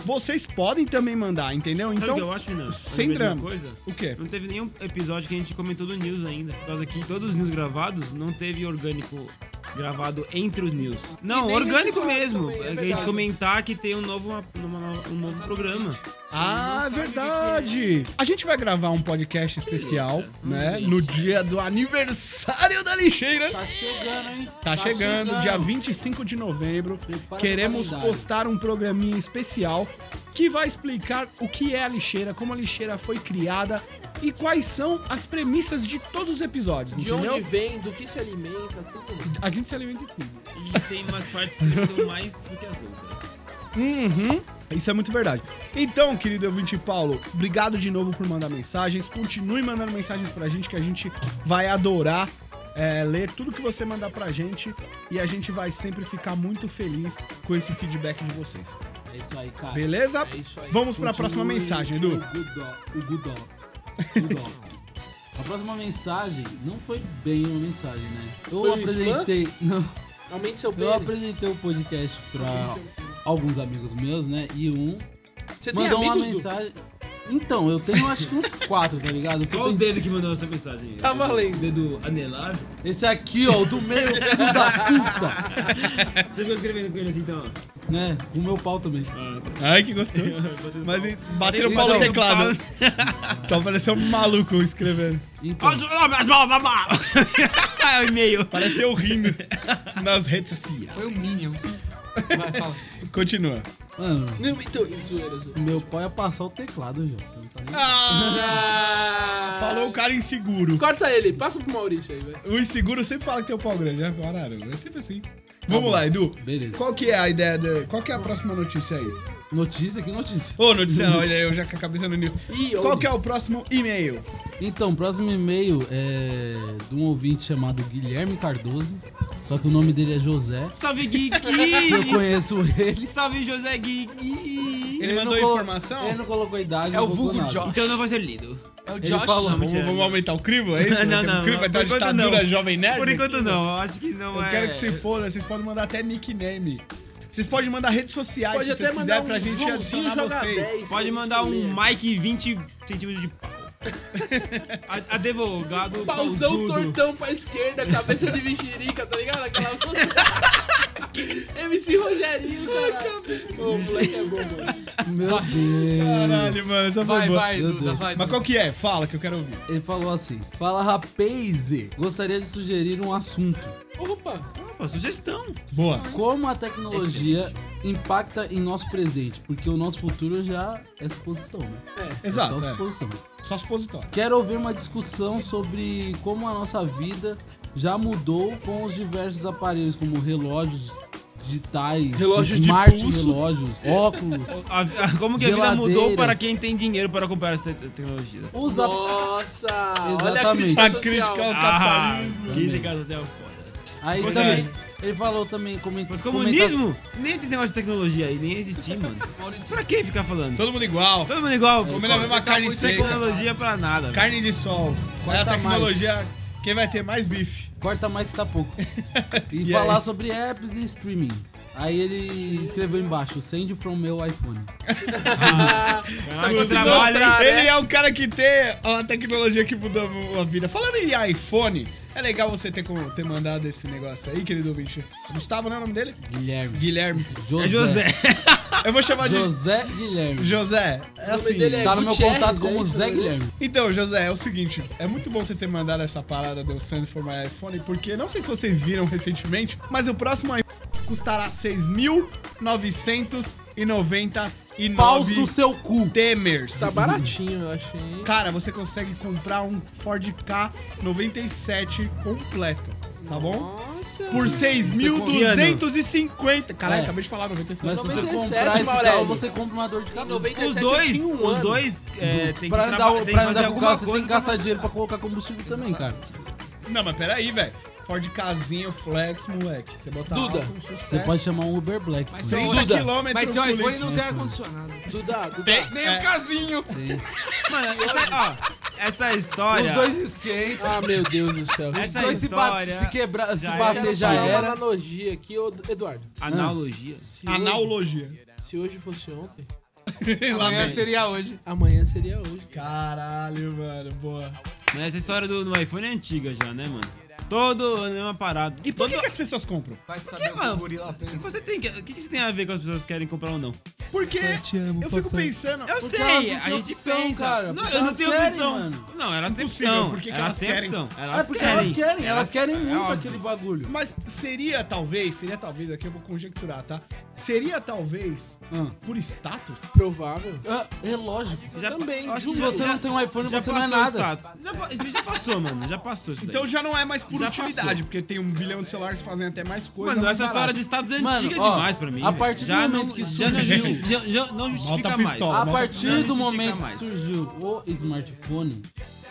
vocês podem também mandar, entendeu?
Sabe o que eu
Então,
acho, Renan?
sem
Lembrei de uma
drama.
Coisa?
o quê?
Não teve nenhum episódio que a gente comentou do News ainda. Por causa que todos os News gravados não teve orgânico gravado entre os News. Não,
nem
orgânico
reciclado
mesmo.
também, é
a
verdade.
gente comentar que tem um novo, uma- uma nova- um novo programa.
Ah,
é.
verdade! A gente vai gravar um podcast especial, né? No dia do aniversário da lixeira.
Tá chegando, hein?
Tá chegando, dia 25 de novembro.
Prepara
Queremos
seu calendário.
postar um programinha especial que vai explicar o que é a lixeira, como a lixeira foi criada e quais são as premissas de todos os episódios,
De
entendeu?
onde vem, do que se alimenta, tudo.
A gente se alimenta de tudo.
E tem umas partes que são mais do que as outras.
Uhum. Isso é muito verdade. Então, querido ouvinte Paulo, obrigado de novo por mandar mensagens. Continue mandando mensagens pra gente que a gente vai adorar é, ler tudo que você mandar pra gente e a gente vai sempre ficar muito feliz com esse feedback de vocês.
É isso aí, cara.
Beleza?
É isso aí.
Vamos pra próxima mensagem,
do O
Edu.
Gudok. O Gudok. o Gudok. A próxima mensagem não foi bem uma mensagem, né? Eu
Foi um
apresentei. Não.
Aumente seu
Então, Eu
pênis.
apresentei o podcast pra alguns amigos meus, né? E um
Você tem
mandou uma
amigos, Du?
mensagem. Então, eu tenho acho que uns quatro, tá ligado? Eu tô
Qual o
tentando-
dedo que mandou essa mensagem?
Tá valendo.
O dedo anelar?
Esse aqui, ó, o do meio, filho da puta!
Você ficou escrevendo com ele assim, então?
Né? O meu pau também.
Ai, que gostoso. Mas e- bateram o pau no
Bateu
teclado.
pau.
Então pareceu um maluco escrevendo.
Então,
É o e-mail.
Pareceu rindo nas redes sociais.
Foi o Minions. Vai, fala.
Continua.
mano,
Não, então, zoeira, zoeira.
meu pau ia passar o teclado já. Não tá nem-
Ah!
Falou o cara inseguro.
Corta ele, passa pro Maurício aí, velho.
O inseguro sempre fala que tem o pau grande, né? Pararam. É sempre assim. Vamos lá, Edu.
Beleza.
Qual que é a ideia? da- Qual que é a próxima notícia aí?
Notícia, que notícia.
Ô, notícia não, olha aí, eu já com a cabeça no nisso.
Ih,
Qual
olha.
que é o próximo e-mail?
Então, próximo e-mail é de um ouvinte chamado Guilherme Cardoso. Só que o nome dele é José.
Salve,
Eu
Geek!
conheço ele.
Salve, José Geek!
Ele mandou
não colo-
informação?
Ele não colocou idade.
É
não
o
colocou
vulgo
nada.
Josh.
Então não vai ser lido.
É o
Ele
Josh.
fala muito.
Vamos, vamos aumentar o crivo, é isso?
Não,
Porque
não,
O crivo vai
não.
estar
Por enquanto,
ditadura
não.
jovem nerd?
Por enquanto não, acho que não
Eu
é.
quero que se foda, vocês podem mandar até nickname. Vocês podem mandar redes sociais
Pode
se
até
vocês
mandar
quiserem
um
pra gente
Joãozinho
adicionar
joga
vocês.
10. que a
Pode
gente
mandar um
lê.
Mike 20 centímetros de pau. A- Advogado.
Pauzão
pausudo.
tortão pra esquerda, cabeça de mexerica, tá ligado? Aquela coisa. MC Rogerinho, caralho. Ô, o moleque é bom, mano.
Meu Deus.
Caralho, mano, essa foi
Vai,
boa.
vai,
Meu
Duda,
Deus.
vai.
Mas qual que é? Fala que eu quero ouvir.
Ele falou assim: Fala rapaz, gostaria de sugerir um assunto.
Opa,
Opa, sugestão.
Boa.
Como a tecnologia impacta em nosso presente? Porque o nosso futuro já é suposição, né?
Exato.
É só
é.
suposição.
Só supositório.
Quero ouvir uma discussão sobre como a nossa vida já mudou com os diversos aparelhos, como relógios digitais,
Relógios de
smart
pulso.
relógios, óculos,
A- a- como que a vida
Geladeiras.
mudou para quem tem dinheiro para comprar essas te- tecnologias?
os ap-
nossa. Olha a
Exatamente.
crítica é um
A
social.
crítica ao
Ah,
capitalismo.
quem tem casa social é foda.
Aí
Pois
também, ele falou também, coment-
Mas
comenta-
comunismo? Nem tem negócio de tecnologia aí, nem existir, mano.
Maurício,
Pra que ficar falando?
Todo mundo igual.
Todo mundo é igual.
Comendo a mesma carne
Não tem
seca.
tecnologia pra nada. velho.
Carne de sol. Qual é a
Corta mais.
tecnologia? Quem vai ter mais bife?
Corta mais que tá pouco. E,
E
falar
aí?
sobre apps e streaming. Aí ele escreveu embaixo, send from meu iPhone.
Ah, que
Você
trabalho,
mostra-
hein?
Ele é um cara que tem uma tecnologia que mudou a vida. Falando em iPhone, é legal você ter, com- ter mandado esse negócio aí, querido ouvinte. Gustavo, não é o nome dele?
Guilherme.
Guilherme.
José.
É José.
Eu vou chamar de
José Guilherme.
é José. É
nome
assim.
dele é-
Tá no meu
Gutierrez,
contato
é
como
isso
Zé
mesmo?
Guilherme.
Então, José, é o seguinte, é muito bom você ter mandado essa parada do Send for My iPhone, porque não sei se vocês viram recentemente, mas o próximo iPhone custará 6.999
Paus do seu cu.
Temers.
Tá baratinho, eu achei. hein?
Cara, você consegue comprar um Ford K97 completo, tá bom?
Nossa.
Por 6.250. Caralho,
É.
acabei de falar 97.
Mas se você
97,
comprar esse
Maurelli.
carro, você compra uma dor de
Em
cabeça.
97
Os dois,
eu tinha um
os
ano.
dois é, tem que
Pra
traba-
andar,
tem que
pra
fazer
andar com o
alguma
carro, você tem
coisa
que
pra-
gastar dinheiro pra colocar combustível também, cara.
Não, mas peraí, velho. Ford Kzinho Flex, moleque. Você bota
Duda,
álcool, sucesso.
Você pode chamar um Uber Black.
mas
cara.
seu,
Duda.
iPhone- mas seu
Quilômetro
iPhone não tem ar-condicionado.
Duda, Duda.
Tem-
Nem
é.
o casinho.
Mano, essa, ó, essa história.
Os dois esquentam.
Ah, meu Deus do céu.
Os
Essa
dois se, bate,
história-
se quebrar, se
já
bater já
Fazer uma
era.
analogia aqui, ô, Eduardo.
Analogia.
Se hoje,
Analogia.
se hoje fosse ontem,
Amanhã seria hoje.
amanhã seria hoje.
Caralho, mano, boa.
Mas essa história do, do iPhone é antiga já, né, mano? Todo a mesma parada.
E por que,
Todo-
que as pessoas compram?
Vai saber o que o
mano?
gorila pensa.
Você tem que. O que, que você tem a ver com as pessoas que querem comprar ou não?
Porque eu,
amo,
fico
papai.
pensando.
Eu
Porque elas
sei,
não
a
têm
gente
opção,
pensa.
cara.
Não,
Porque
eu não
elas
tenho
querem,
opção.
mano.
Não, elas têm
Impossível,
opção.
por que que elas
elas têm
querem?
opção.
É
Elas
porque
querem.
elas querem, elas querem muito
óbvio.
aquele bagulho.
Mas seria talvez, seria talvez, aqui eu vou conjecturar, tá? Seria talvez
Ah.
por status?
Provável.
Ah, é lógico.
Já-
Também,
eu acho
juro.
que
Se você não tem um iPhone,
já
você não é
passou o
nada.
status. Já, pa- isso já passou, mano. Já passou isso
Então
daí.
já não é mais por
Já
utilidade,
passou.
porque tem um bilhão de celulares que fazem até mais coisa.
Mano,
mais
essa história
barato.
de status é
Mano,
antiga
ó,
demais pra mim.
a
velho.
partir do
já
momento
não,
que
já não-
surgiu-
já- já não
Malta
justifica mais.
pistola.
A
Não,
partir
não
do
justifica
momento que
mais.
surgiu o smartphone,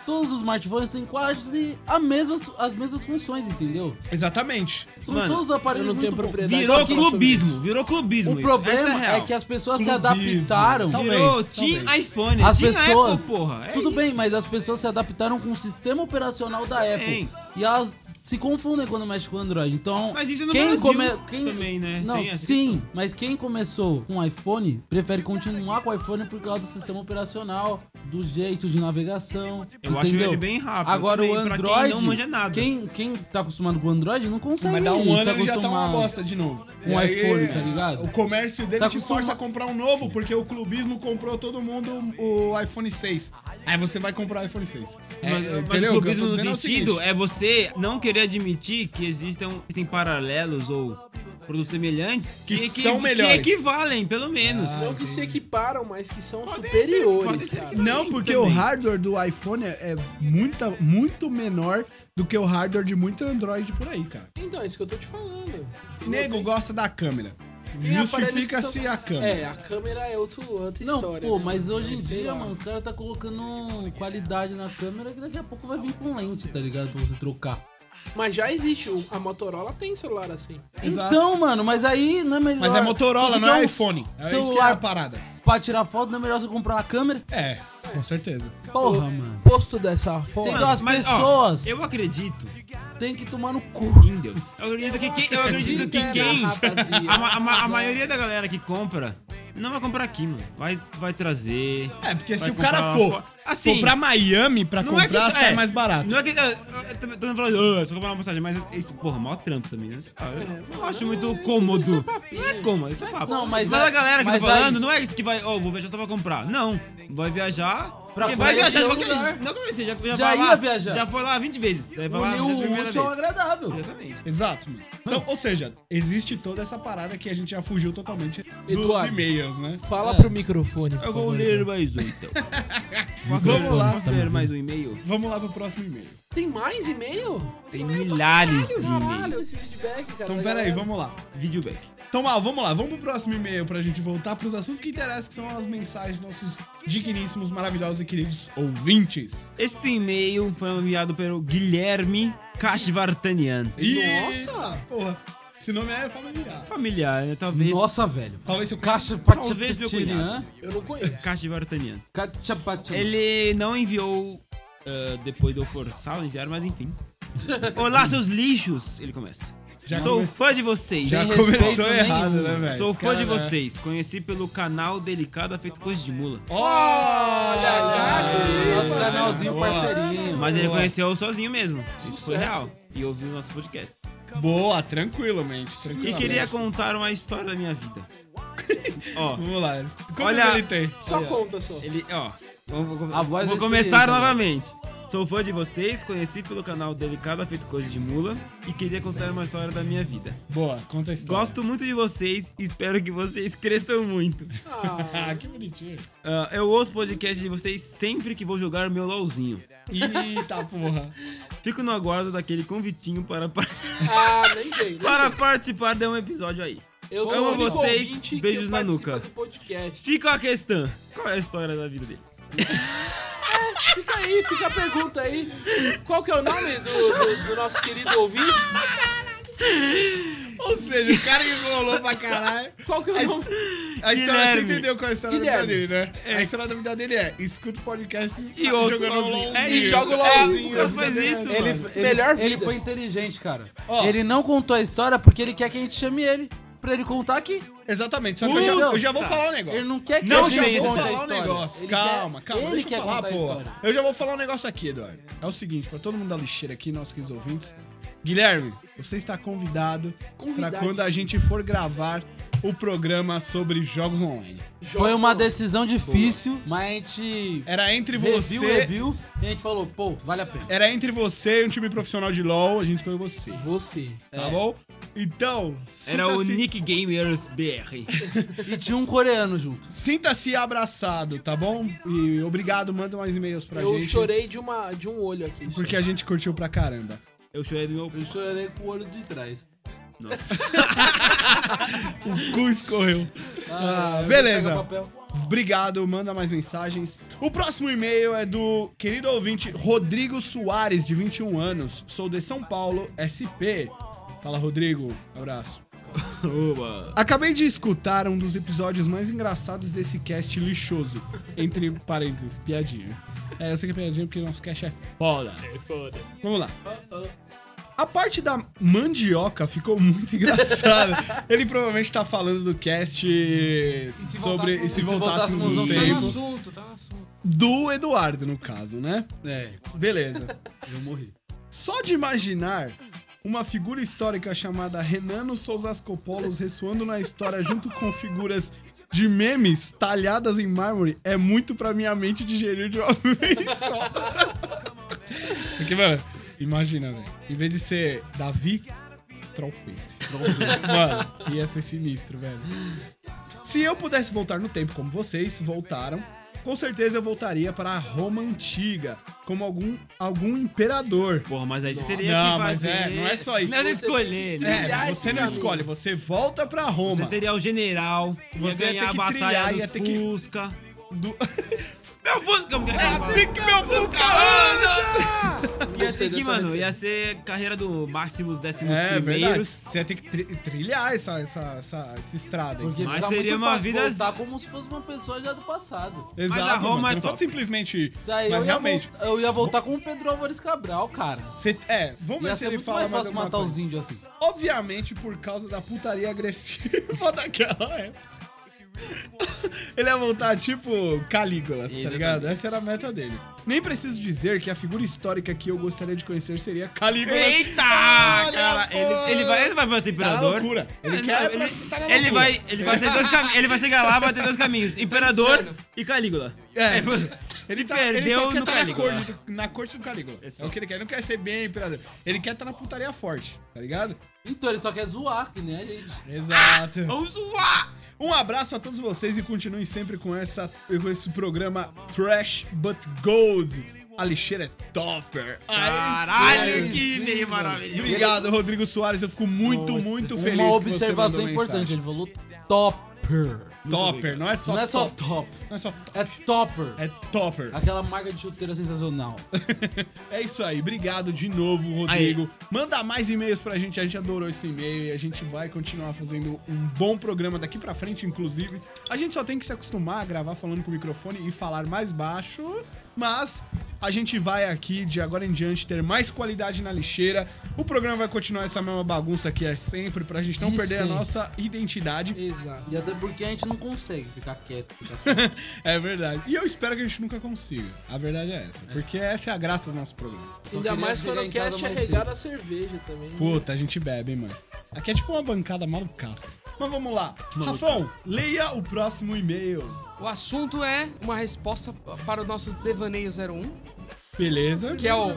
todos os smartphones têm quase a mesmas, as mesmas funções, entendeu?
Exatamente.
São
Mano,
todos os aparelhos
eu não tenho
muito bons.
propriedade.
Virou
Só que-
clubismo, virou clubismo.
O
isso. Essa
problema
é,
é,
real.
que as pessoas se
Clubismo.
adaptaram.
Tal-
Virou
Talvez,
Team
talvez.
iPhone,
As
Team
pessoas.
Apple, porra. É
tudo
isso.
bem, mas as pessoas se adaptaram com o sistema operacional da Apple.
Tem.
E elas se confundem quando mexem com o Android. Então,
Mas isso no
quem
Brasil
quem-
também, né?
Não,
Tem essa
sim, mas quem começou com iPhone prefere continuar com o iPhone por causa do sistema operacional, do jeito de navegação.
Eu acho
entendeu?
ele bem rápido
Agora o
também, pra quem não
Android.
manja nada.
Quem, quem tá acostumado com o Android não consegue.
Mas dá um
se
ano ele já tá uma
acostumar.
bosta de novo.
Um
E
iPhone, tá ligado?
O comércio dele
Você
te
acostuma-
força a comprar um novo, porque o clubismo comprou todo mundo o iPhone 6. Aí você vai comprar o iPhone 6. É,
Mas, mas
entendeu?
o
O que eu tô
clubismo
dizendo é
no
o
sentido
seguinte.
é você não querer admitir que existam tem paralelos ou produtos semelhantes
Que
equi-
são melhores. Ah.
Se equivalem, pelo menos.
Não que se equiparam, mas que são superiores,
ser
cara.
Não, porque
também.
o hardware do iPhone é é muita, muito menor do que o hardware de muito Android por aí, cara.
Então, é isso que eu tô te falando.
Nego gosta da câmera.
Tem aparelhos que
Justifica-se
são-
a câmera.
É, a câmera é outro, outra
Não,
história.
pô,
né?
mas hoje em
Sei
dia,
lá.
mano, os caras tá colocando qualidade na câmera que daqui a pouco vai vir com lente, tá ligado? Pra você trocar.
Mas já existe. o- A Motorola tem celular assim.
Exato.
Então, mano, mas aí não é melhor.
Mas é Motorola,
Se você
não
quer
é
um
iPhone. É isso que é a
Celular
parada.
pra tirar foto, não é melhor você comprar uma câmera?
É, com certeza.
Porra, mano.
Posto dessa forma.
Tem duas
mas, ó,
pessoas.
eu acredito
Tem que tomar no cu.
em Deus. Eu acredito que quem. Eu acredito que
é na
quem
rapaziada.
a, ma- a ma- a maioria da galera que compra não vai comprar aqui, mano. Vai, vai trazer.
É, porque
vai
se o cara
comprar
for,
fora. assim,
for pra Miami pra comprar, sai mais barato.
Não é que. é, é, Tô tô falando, ah, só comprar uma passagem, mas isso, porra, mó trampo também, né? Ah, eu não acho muito cômodo.
isso é papinho.
não é cômodo, isso é papo.
Não, mas
a
é-
galera que tá
mas
falando,
aí-
não é isso que vai, ó, vou viajar só pra comprar. Não, vai viajar.
Pra
quem vai
conhecer
viajar de
o
qualquer
lugar.
jeito. Não conhecer, já, já,
Já
vai
ia
lá,
viajar.
Já foi lá 20 vezes. Daí vai lá
Unir
20
o
primeira
útil ao
vez.
agradável.
Exatamente.
Exato, mano. Então, ou seja, existe toda essa parada que a gente já fugiu totalmente dos
Eduardo.
e-mails, né?
Fala
É.
pro microfone. por
Eu vou
favor,
ler
Eduardo.
mais um então.
Vamos lá.
Vamos ler mais um e-mail.
Vamos lá pro próximo e-mail.
Tem mais e-mail?
Tem milhares de
Caralho, caralho,
e-mails.
esse feedback, cara.
Então,
da
peraí,
galera.
vamos lá.
Videoback.
Então, mal, vamos lá, vamos pro próximo e-mail pra gente voltar pros assuntos que interessam, que são as mensagens dos nossos digníssimos, maravilhosos e queridos ouvintes.
Este e-mail foi enviado pelo Guilherme Kashvartanian.
Nossa! Porra, esse nome é familiar.
Familiar, né? Talvez.
Nossa, velho.
Talvez seu
Caixa
Talvez meu
Pachapetirian.
cunhado.
Eu não conheço.
Kashvartanian.
Caixa Pachapetirian.
Ele não enviou ah, depois de eu forçar o enviar, mas enfim. Olá, seus lixos! Ele começa.
Já
Sou
come-
fã de vocês.
já
Sem
começou
respeito
errado,
nenhum.
né, velho?
Sou
Esse
fã
cara,
de
né?
vocês. Conheci pelo canal Delicado Feito Coisa de Mula.
Olha,
Ah, Nosso
cara.
canalzinho
Boa.
parceirinho.
Mas ele
Boa.
conheceu sozinho mesmo. Isso foi
Sucesso.
real. E ouviu o nosso podcast.
Boa, tranquilamente.
E
tranquilamente.
queria contar uma história da minha vida. Ó,
Vamos lá. Quantos
Olha-
ele tem?
Só conta só.
Ele, ó. Vamos, vamos-
A voz
vou
da
começar
experiência, né?
novamente. Sou fã de vocês, conheci pelo canal Delicado Feito Coisa de Mula e queria contar uma história da minha vida.
Boa, conta a história.
Gosto muito de vocês e espero que vocês cresçam muito.
Ah,
Ah, que bonitinho.
Ah, eu ouço podcast de vocês sempre que vou jogar meu LOLzinho.
Eita porra.
Fico no aguardo daquele convitinho para, par-
ah, nem dei.
para participar de um episódio aí.
Eu
Amo
sou o único
vocês,
ouvinte
beijos
que
na
participa
nuca.
do podcast.
Fica a questão: qual é a história da vida dele?
Fica aí, fica a pergunta aí. Qual que é o nome do, do- do nosso querido ouvinte?
Ou seja, o cara enrolou pra caralho.
Qual que é o nome?
A história, você
Guilherme.
entendeu qual é a história da vida
Guilherme.
dele, né? A história da vida dele é, escuta o podcast tá
E ouço o LOLzinho.
LOLzinho.
É,
E joga o
O
LOLzinho.
cara faz isso,
Ele,
mano.
ele-
Melhor
Ele
vida.
foi inteligente, cara.
Ó.
Ele não contou a história porque ele quer que a gente chame ele. Pra ele contar aqui.
Exatamente, só que eu já, eu já vou falar um negócio.
tá. Ele não quer que a
Não,
Eu já
gente
gente,
vou
conte a
falar um
história.
negócio.
Ele
Calma,
quer-
calma.
Ele
deixa
quer
eu falar,
contar a
pô.
história.
Eu já vou falar um negócio aqui, Eduardo. É o seguinte, pra todo mundo da lixeira aqui, nossos queridos ouvintes. Guilherme, você está convidado pra
Convidadíssimo.
quando a gente for gravar o programa sobre jogos online.
Foi uma decisão difícil, mas a gente
Era entre
reviu,
É você.
reviu e a gente falou, pô, vale a pena.
Era entre você e um time profissional de LOL, a gente escolheu você.
Você.
É.
Tá bom? Então,
Era o
sinta-se-
assim.
Nick Gamers BR.
E tinha um coreano junto.
Sinta-se abraçado, tá bom? E obrigado, manda mais e-mails pra
Eu
gente.
chorei de, uma, de um olho aqui. só.
Porque a gente curtiu pra caramba.
Eu chorei do meu.
Eu chorei com o olho de trás.
O cu escorreu. Ah,
eu
beleza.
pego o papel.
Ah, Obrigado, manda mais mensagens. O próximo e-mail é do querido ouvinte Rodrigo Soares, de 21 anos. Sou de São Paulo, SP. Fala, Rodrigo. Abraço. Acabei de escutar um dos episódios mais engraçados desse cast lixoso. Entre parênteses, piadinha. É, eu sei que é piadinha porque nosso cast é foda. É foda. Ah, Vamos lá. A parte da mandioca ficou muito engraçada. Ele provavelmente tá falando do cast
se
sobre
voltássemos-
e se
e se
voltássemos
voltássemos
um
no
Tá no
tempo.
assunto, tá no assunto.
Do Eduardo, no caso, né?
É,
Beleza.
eu morri.
Só de imaginar uma figura histórica chamada Renano Souzas Copolos ressoando na história junto com figuras de memes talhadas em mármore é muito pra minha mente digerir de uma vez só. Porque, mano, imagina, velho. Em vez de ser Davi, Trollface. Mano, ia ser sinistro, velho. Se eu pudesse voltar no tempo como vocês voltaram, com certeza eu voltaria para a Roma Antiga, como algum, algum imperador.
Porra, mas aí você teria
Não,
que
mas
fazer...
é, não é só isso.
Não é
Você-
escolher, né?
É, você não escolhe, você volta pra Roma.
Você teria o general,
Você
ia
ia
ganhar
ter
a
que
batalha
trilhar,
dos
ia ter que-
Fusca.
Do...
Meu Fusca! Como que é que fala?
Fique meu busca!
Ia ser que, mano, ia ser carreira do Máximos Décimos
É, verdade.
Primeiros.
Você ia ter que tri- trilhar essa, essa, essa, essa estrada. aí.
Porque
Mas
fica
seria
muito
uma
fácil
vida- assim.
voltar como se fosse uma pessoa já do passado.
Exato,
a Roma
mano,
é
você não
top.
pode simplesmente...
Aí eu,
mas
ia
realmente...
vol- eu ia voltar com o Pedro Álvares Cabral, cara.
Você, é, vamos ver
Ia
se
ser
ele
muito
fala
mais
mais
fácil
alguma
matar
coisa.
os índios assim.
Obviamente por causa da putaria agressiva daquela época. Ele ia voltar tipo Calígulas, tá
Exatamente.
ligado? Essa era a meta dele. Nem preciso dizer que a figura histórica que eu gostaria de conhecer seria Calígulas.
Eita!
Olha,
cara,
pô.
ele, ele vai, ele vai
Tá
pra ser
na
imperador.
loucura. Ele
É,
quer
não,
pra-
ele,
tá na
ele
loucura.
vai, ele vai ter dois caminhos. Ele vai chegar lá, vai ter dois caminhos: imperador
insano.
e Calígula.
É.
mano,
Ele
se
tá- ele
perdeu
só quer
no
tá na,
Calígula.
corte do, na corte do Calígula. É,
É só.
o que ele quer. Ele não quer ser bem imperador. Ele quer estar tá na putaria forte, tá ligado?
Então ele só quer zoar, que nem a gente.
Ah,
Exato.
Vamos zoar!
Um abraço a todos vocês e continuem sempre com, essa, com esse programa Trash But Gold. A lixeira é topper. Aí
Caralho,
sim.
que meio maravilhoso.
Obrigado, Rodrigo Soares. Eu fico muito, muito feliz.
Uma
que você
observação
mandou
importante,
mensagem.
ele falou topper.
Topper, não é só
Não é só
top,
top,
Não é só top,
é topper.
É topper.
Aquela marca de chuteira sensacional.
É isso aí, obrigado de novo, Rodrigo. Manda mais e-mails pra gente, a gente adorou esse e-mail e a gente vai continuar fazendo um bom programa daqui pra frente, inclusive. A gente só tem que se acostumar a gravar falando com o microfone e falar mais baixo, mas a gente vai aqui de agora em diante ter mais qualidade na lixeira. O programa vai continuar essa mesma bagunça que é sempre pra gente não
De
perder a
sempre.
nossa identidade.
Exato.
E até porque a gente não consegue ficar quieto. ficar assim.
é verdade. E eu espero que a gente nunca consiga. A verdade é essa, porque essa é a graça do nosso programa.
Só
Ainda
queria
mais
chegar
quando
em
o
casa
cast é
mais
regado a cerveja também.
Puta, a gente bebe, hein, mano. Aqui é tipo uma bancada malucaça. Mas vamos lá. Rafão, leia o próximo e-mail.
O assunto é uma resposta para o nosso Devaneio 01,
Beleza.
que é o...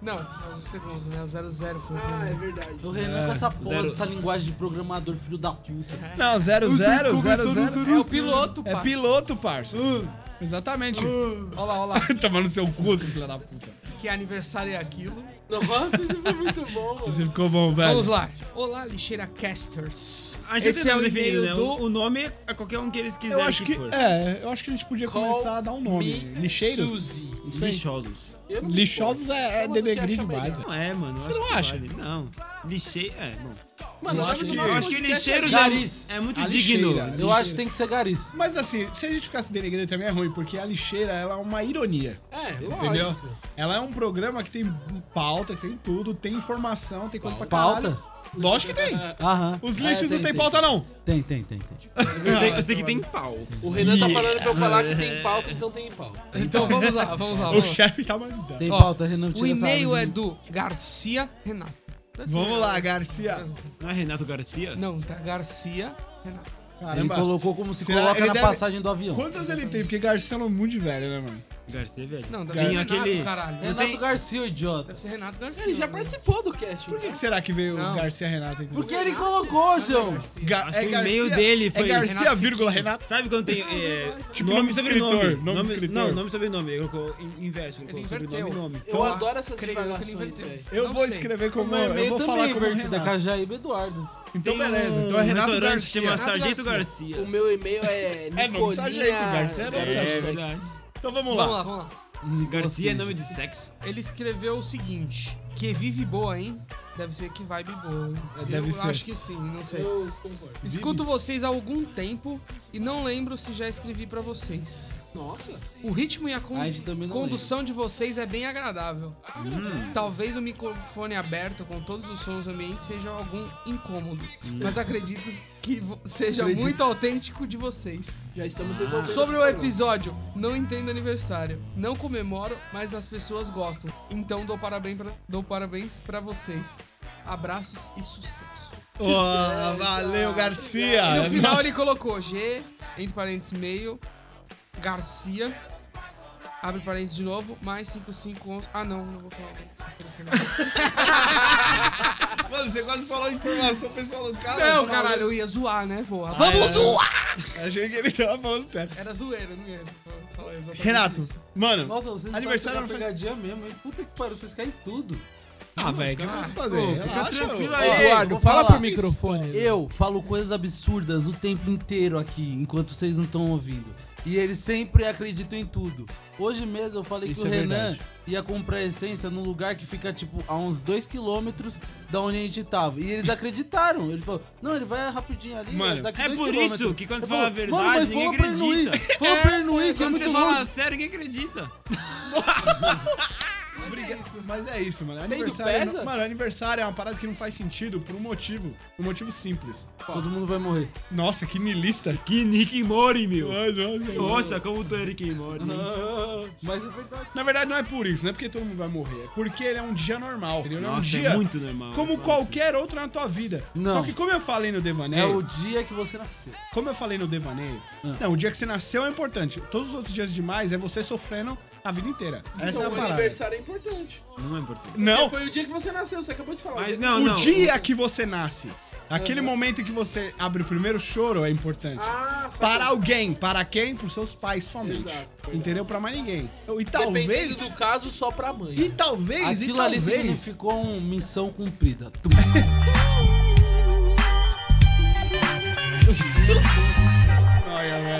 Não, é o segundo, né? O 00 foi o
Ah, é
primeiro.
verdade.
O Renan com essa porra,
zero.
essa linguagem de programador, filho da puta.
é? Não, 0000. Zero, zero, zero.
É o piloto,
É
pá.
piloto, parça. Uh. Exatamente.
Olha lá, olha lá.
Tomando seu cu, seu filho da puta.
Que aniversário é aquilo.
Nossa, isso foi muito bom, mano.
Você ficou bom, velho.
Vamos lá. Olá, lixeira casters.
A gente
Esse
tem
é o
nome definido,
e-mail
né? O-
do...
O nome é qualquer um que eles
Eu
quiserem
acho que.
for.
É, eu acho que a gente podia começar a dar um nome. Lixeiros?
Suzy.
sei.
Lixosos.
Eu não sei
Lixosos é, é
Chama do que
denegrir
acha
demais.
melhor.
Não é, mano. eu
Você
acho
não
que
acha?
vale. Não. Lixei... É, bom.
qual. Mano,
Eu
eu
acho que-
Eu
acho
acho que lixeiros
Garis.
é, é muito
A
digno.
lixeira.
Eu acho que tem que ser Garis.
Mas assim, se a gente ficasse denegrindo também é ruim, porque a lixeira ela é uma ironia.
É,
Entendeu?
lógico.
Ela é um programa que tem pauta, que tem tudo, tem informação, tem coisa pra
Pauta?
caralho. Lógico que tem.
Aham.
Os
É,
lixos não tem pauta, não.
Tem, tem, tem, tem.
Eu sei, eu sei que tem pau.
O Renan tá falando pra eu falar que tem pauta, então tem pauta.
Então vamos lá, vamos lá.
O
Vamos, lá.
chefe tá mandando.
Tem
Ó,
pauta, Renan.
O
tira essa
e-mail
área
é
de-
do Garcia Renato.
Vamos lá, Garcia.
Não é Renato Garcia?
Não, tá Garcia Renato.
Ele
Caramba.
colocou como se
Será-
coloca
ele
na
deve-
passagem do avião.
Quantos anos ele tem? Porque Garcia é um monte de velho, né, mano?
Garcia, velho.
Não, deve
Tinha
ser Renato,
aquele-
caralho.
Não
Renato
tem-
Garcia, idiota.
Deve ser Renato Garcia.
Ele já
né?
participou do cast. então.
Por que, que será que veio
Não.
o Garcia Renato aqui?
Porque ele colocou, João.
Ga-
Acho que o e-mail dele foi-
É Garcia,
Renato
vírgula,
Siqueira.
Renato.
Sabe quando tem. é,
Tipo
nome
nome
e
de
sobrenome.
escritor, nome de escritor.
Não, nome e sobrenome. Ele colocou in- inverso. Ele
Ele
colocou
inverteu.
sobrenome e nome.
Eu adoro essas
Creio que ele
divagações,
inverteu.
velho.
Eu
Não
vou
sei.
escrever
O
como.
meu
Eu
e-mail
vou falar
também,
como
Verde, da
Renato.
Cajaíba Eduardo.
Então,
Tem um
beleza. Então é Renato
restaurante
Garcia.
que chama
Renato
Sargento
Garcia.
Garcia.
O meu e-mail é
É, não precisa jeito, Garcia, não precisa
Nicolinha
jeito.
Sexy.
Então vamos
Vamos
lá.
lá, vamos lá.
Garcia é nome de sexo.
Ele escreveu o seguinte: Que vive boa, hein? Deve ser que vibe boa, hein?
deve
Eu
ser.
acho que sim, não sei.
Eu concordo.
Escuto vocês há algum tempo e não lembro se já escrevi pra vocês.
Nossa.
O ritmo e a con-
A gente também não
condução de vocês é bem agradável. Talvez o microfone aberto com todos os sons ambientes seja algum incômodo, mas acredito que vo- seja
Acredito.
muito autêntico de vocês.
Já estamos resolvendo.
Sobre o
esse problema.
episódio, não entendo aniversário, não comemoro, mas as pessoas gostam. Então dou parabéns pra, dou parabéns para vocês. Abraços e sucesso.
Ó, valeu, Garcia.
E no final ele colocou G, entre parênteses, meio, Garcia, abre parênteses de novo, mais 5511. Ah, não, não vou falar. o final.
Mano, você quase falou a informação pessoal do cara.
Não, caralho, eu ia zoar, né,
Ah,
voar. Vamos
é.
zoar!
Achei que ele tava falando sério.
Era zoeira, não ia falar exatamente
Renato,
isso.
mano.
Nossa, vocês
Aniversário
aniversário é
não foi-
sabem pegar pegadinha mesmo, hein? Puta que pariu, vocês caem tudo.
Ah, velho, o que eu posso fazer?
Pô, fica
Relaxa,
tranquilo
ô.
Tá aí. Ei,
Eduardo,
Eduardo, fala
falar.
pro microfone.
Eu falo coisas absurdas o tempo inteiro aqui, enquanto vocês não estão ouvindo. E eles sempre acreditam em tudo. Hoje mesmo eu falei
Isso
que o
é
Renan
verdade.
ia comprar essência num lugar que fica, tipo, a uns 2km da onde a gente tava. E eles acreditaram. Ele falou, não, ele vai rapidinho ali,
Mano,
daqui
é
dois
por
quilômetros."
isso que quando
Eu
fala a
falo,
verdade,
mano, mas
ninguém
falou pra ele não ir.
acredita."
Falou pra ele não ir, que é
Quando
muito
você fala
longe.
sério, quem acredita?
Obrigado. Mas é isso, mano.
do
Aniversário,
pesa?
não- mano, aniversário é uma parada que não faz sentido por um motivo. Um motivo simples.
Todo mundo vai morrer.
Nossa, que nilista.
Que Nick Mori, meu.
Ai, nossa,
Nossa, como tu é Nick Mori.
Mas é verdade.
Na verdade, não é por isso, não é porque todo mundo vai morrer. É porque ele é um dia normal. Entendeu? Ele é um
Nossa, é
dia
muito normal.
como
Mano.
qualquer outro na tua vida.
Não.
Só que como eu falei no
É o
Devaneio,
dia que você nasceu.
como eu falei no Devaneio, não, o dia que você nasceu é importante. Todos os outros dias demais é você sofrendo a vida inteira. Essa é
Então,
a
o
parada.
aniversário é importante.
Não é importante.
Porque
Não,
Foi o dia que você nasceu, você acabou de falar. Ah,
Mas
O dia-
não,
o
não.
dia que você nasce, aquele momento em que você abre o primeiro choro é importante.
Ah, sabe?
Para alguém, para quem? Para seus pais somente.
Exato, verdade.
entendeu? Para mais ninguém. Então, E
Dependendo
talvez,
do caso, só pra mãe.
e talvez, e
Aquilo ali
talvez.
significou um missão cumprida. Tum.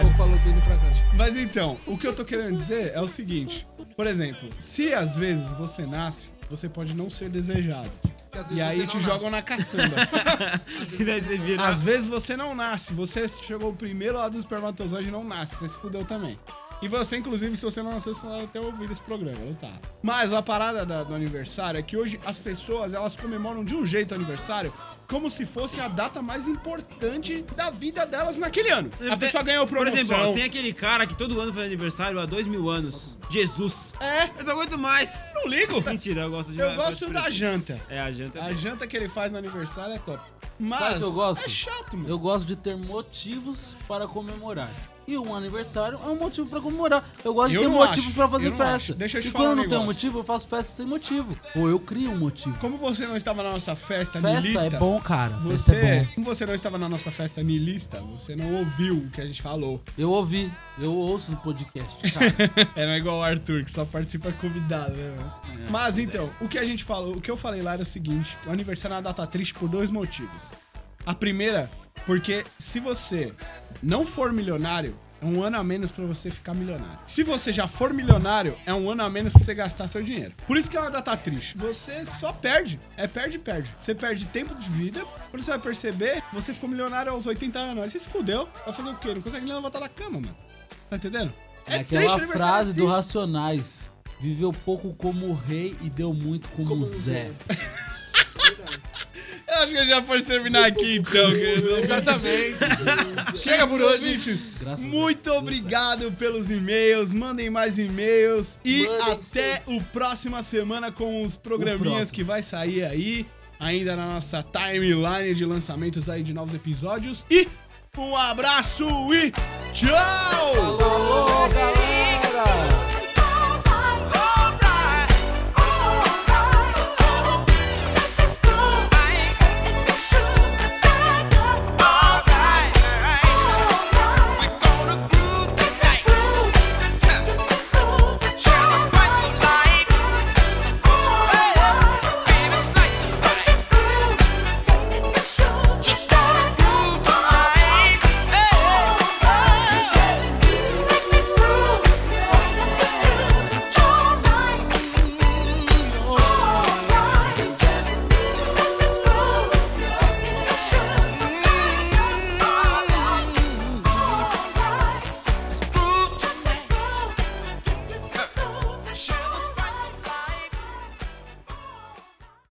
Ou falou tô indo pra casa.
Mas então, o que eu tô querendo dizer é o seguinte. Por exemplo, se às vezes você nasce, você pode não ser desejado.
Porque às
E
vezes
aí
você
te
não
jogam na
nasce.
caçamba.
E daí você vira-
às vezes você não nasce, você chegou primeiro lá do espermatozoide e não nasce, você se fudeu também. E você, inclusive, se você não nasceu, você não vai ter ouvido esse programa, não tá? Mas a parada da- do aniversário é que hoje as pessoas, elas comemoram de um jeito o aniversário, como se fosse a data mais importante da vida delas naquele ano. A pessoa ganhou promoção.
Por exemplo, ó, tem aquele cara que todo ano faz aniversário há dois mil anos. Jesus.
É,
Eu não aguento mais.
não ligo.
Mentira, é eu gosto de...
Eu gosto da janta.
É, a janta.
A janta que ele faz no aniversário é top. Mas
Sabe o que eu gosto?
é chato, mano.
Eu gosto de ter motivos para comemorar. E um aniversário é um motivo para comemorar. Eu gosto
Eu
de ter
não
motivo
acho,
para fazer
eu não
festa.
acho. Deixa eu te
e
falar
quando
um
não tem um
negócio.
motivo, eu faço festa sem motivo. Ou eu crio um motivo.
Como você não estava na nossa festa
Festa
nilista,
é bom, cara.
você,
Festa é bom.
como você não estava na nossa festa nilista, você não ouviu o que a gente falou.
Eu ouvi, eu ouço o podcast, cara.
É não é igual o Arthur, que só participa convidado, né? mano? Mas então, o que a gente falou, o que eu falei lá era o seguinte: o aniversário é uma data triste por dois motivos. A primeira, porque se você não for milionário, é um ano a menos pra você ficar milionário. Se você já for milionário, é um ano a menos pra você gastar seu dinheiro. Por isso que é uma data triste. Você só perde. É perde, perde. Você perde tempo de vida. Quando você vai perceber, você ficou milionário aos 80 anos. Aí você se fudeu. Vai fazer o quê? Não consegue nem levantar da cama, mano. Tá entendendo?
É
triste,
aquela
aniversário
frase
é
do
triste.
Racionais. Viveu pouco como rei e deu muito como, Zé.
Eu acho que a gente já pode terminar aqui, então, queridos.
Exatamente. Chega por hoje.
Graças a
Muito
Deus.
obrigado pelos e-mails. Mandem mais e-mails. E
Mandem
até o próxima semana com os
O
programinhas
próximo.
que vai sair aí. Ainda na nossa timeline de lançamentos aí de novos episódios. E um abraço e tchau!
Alô, galera!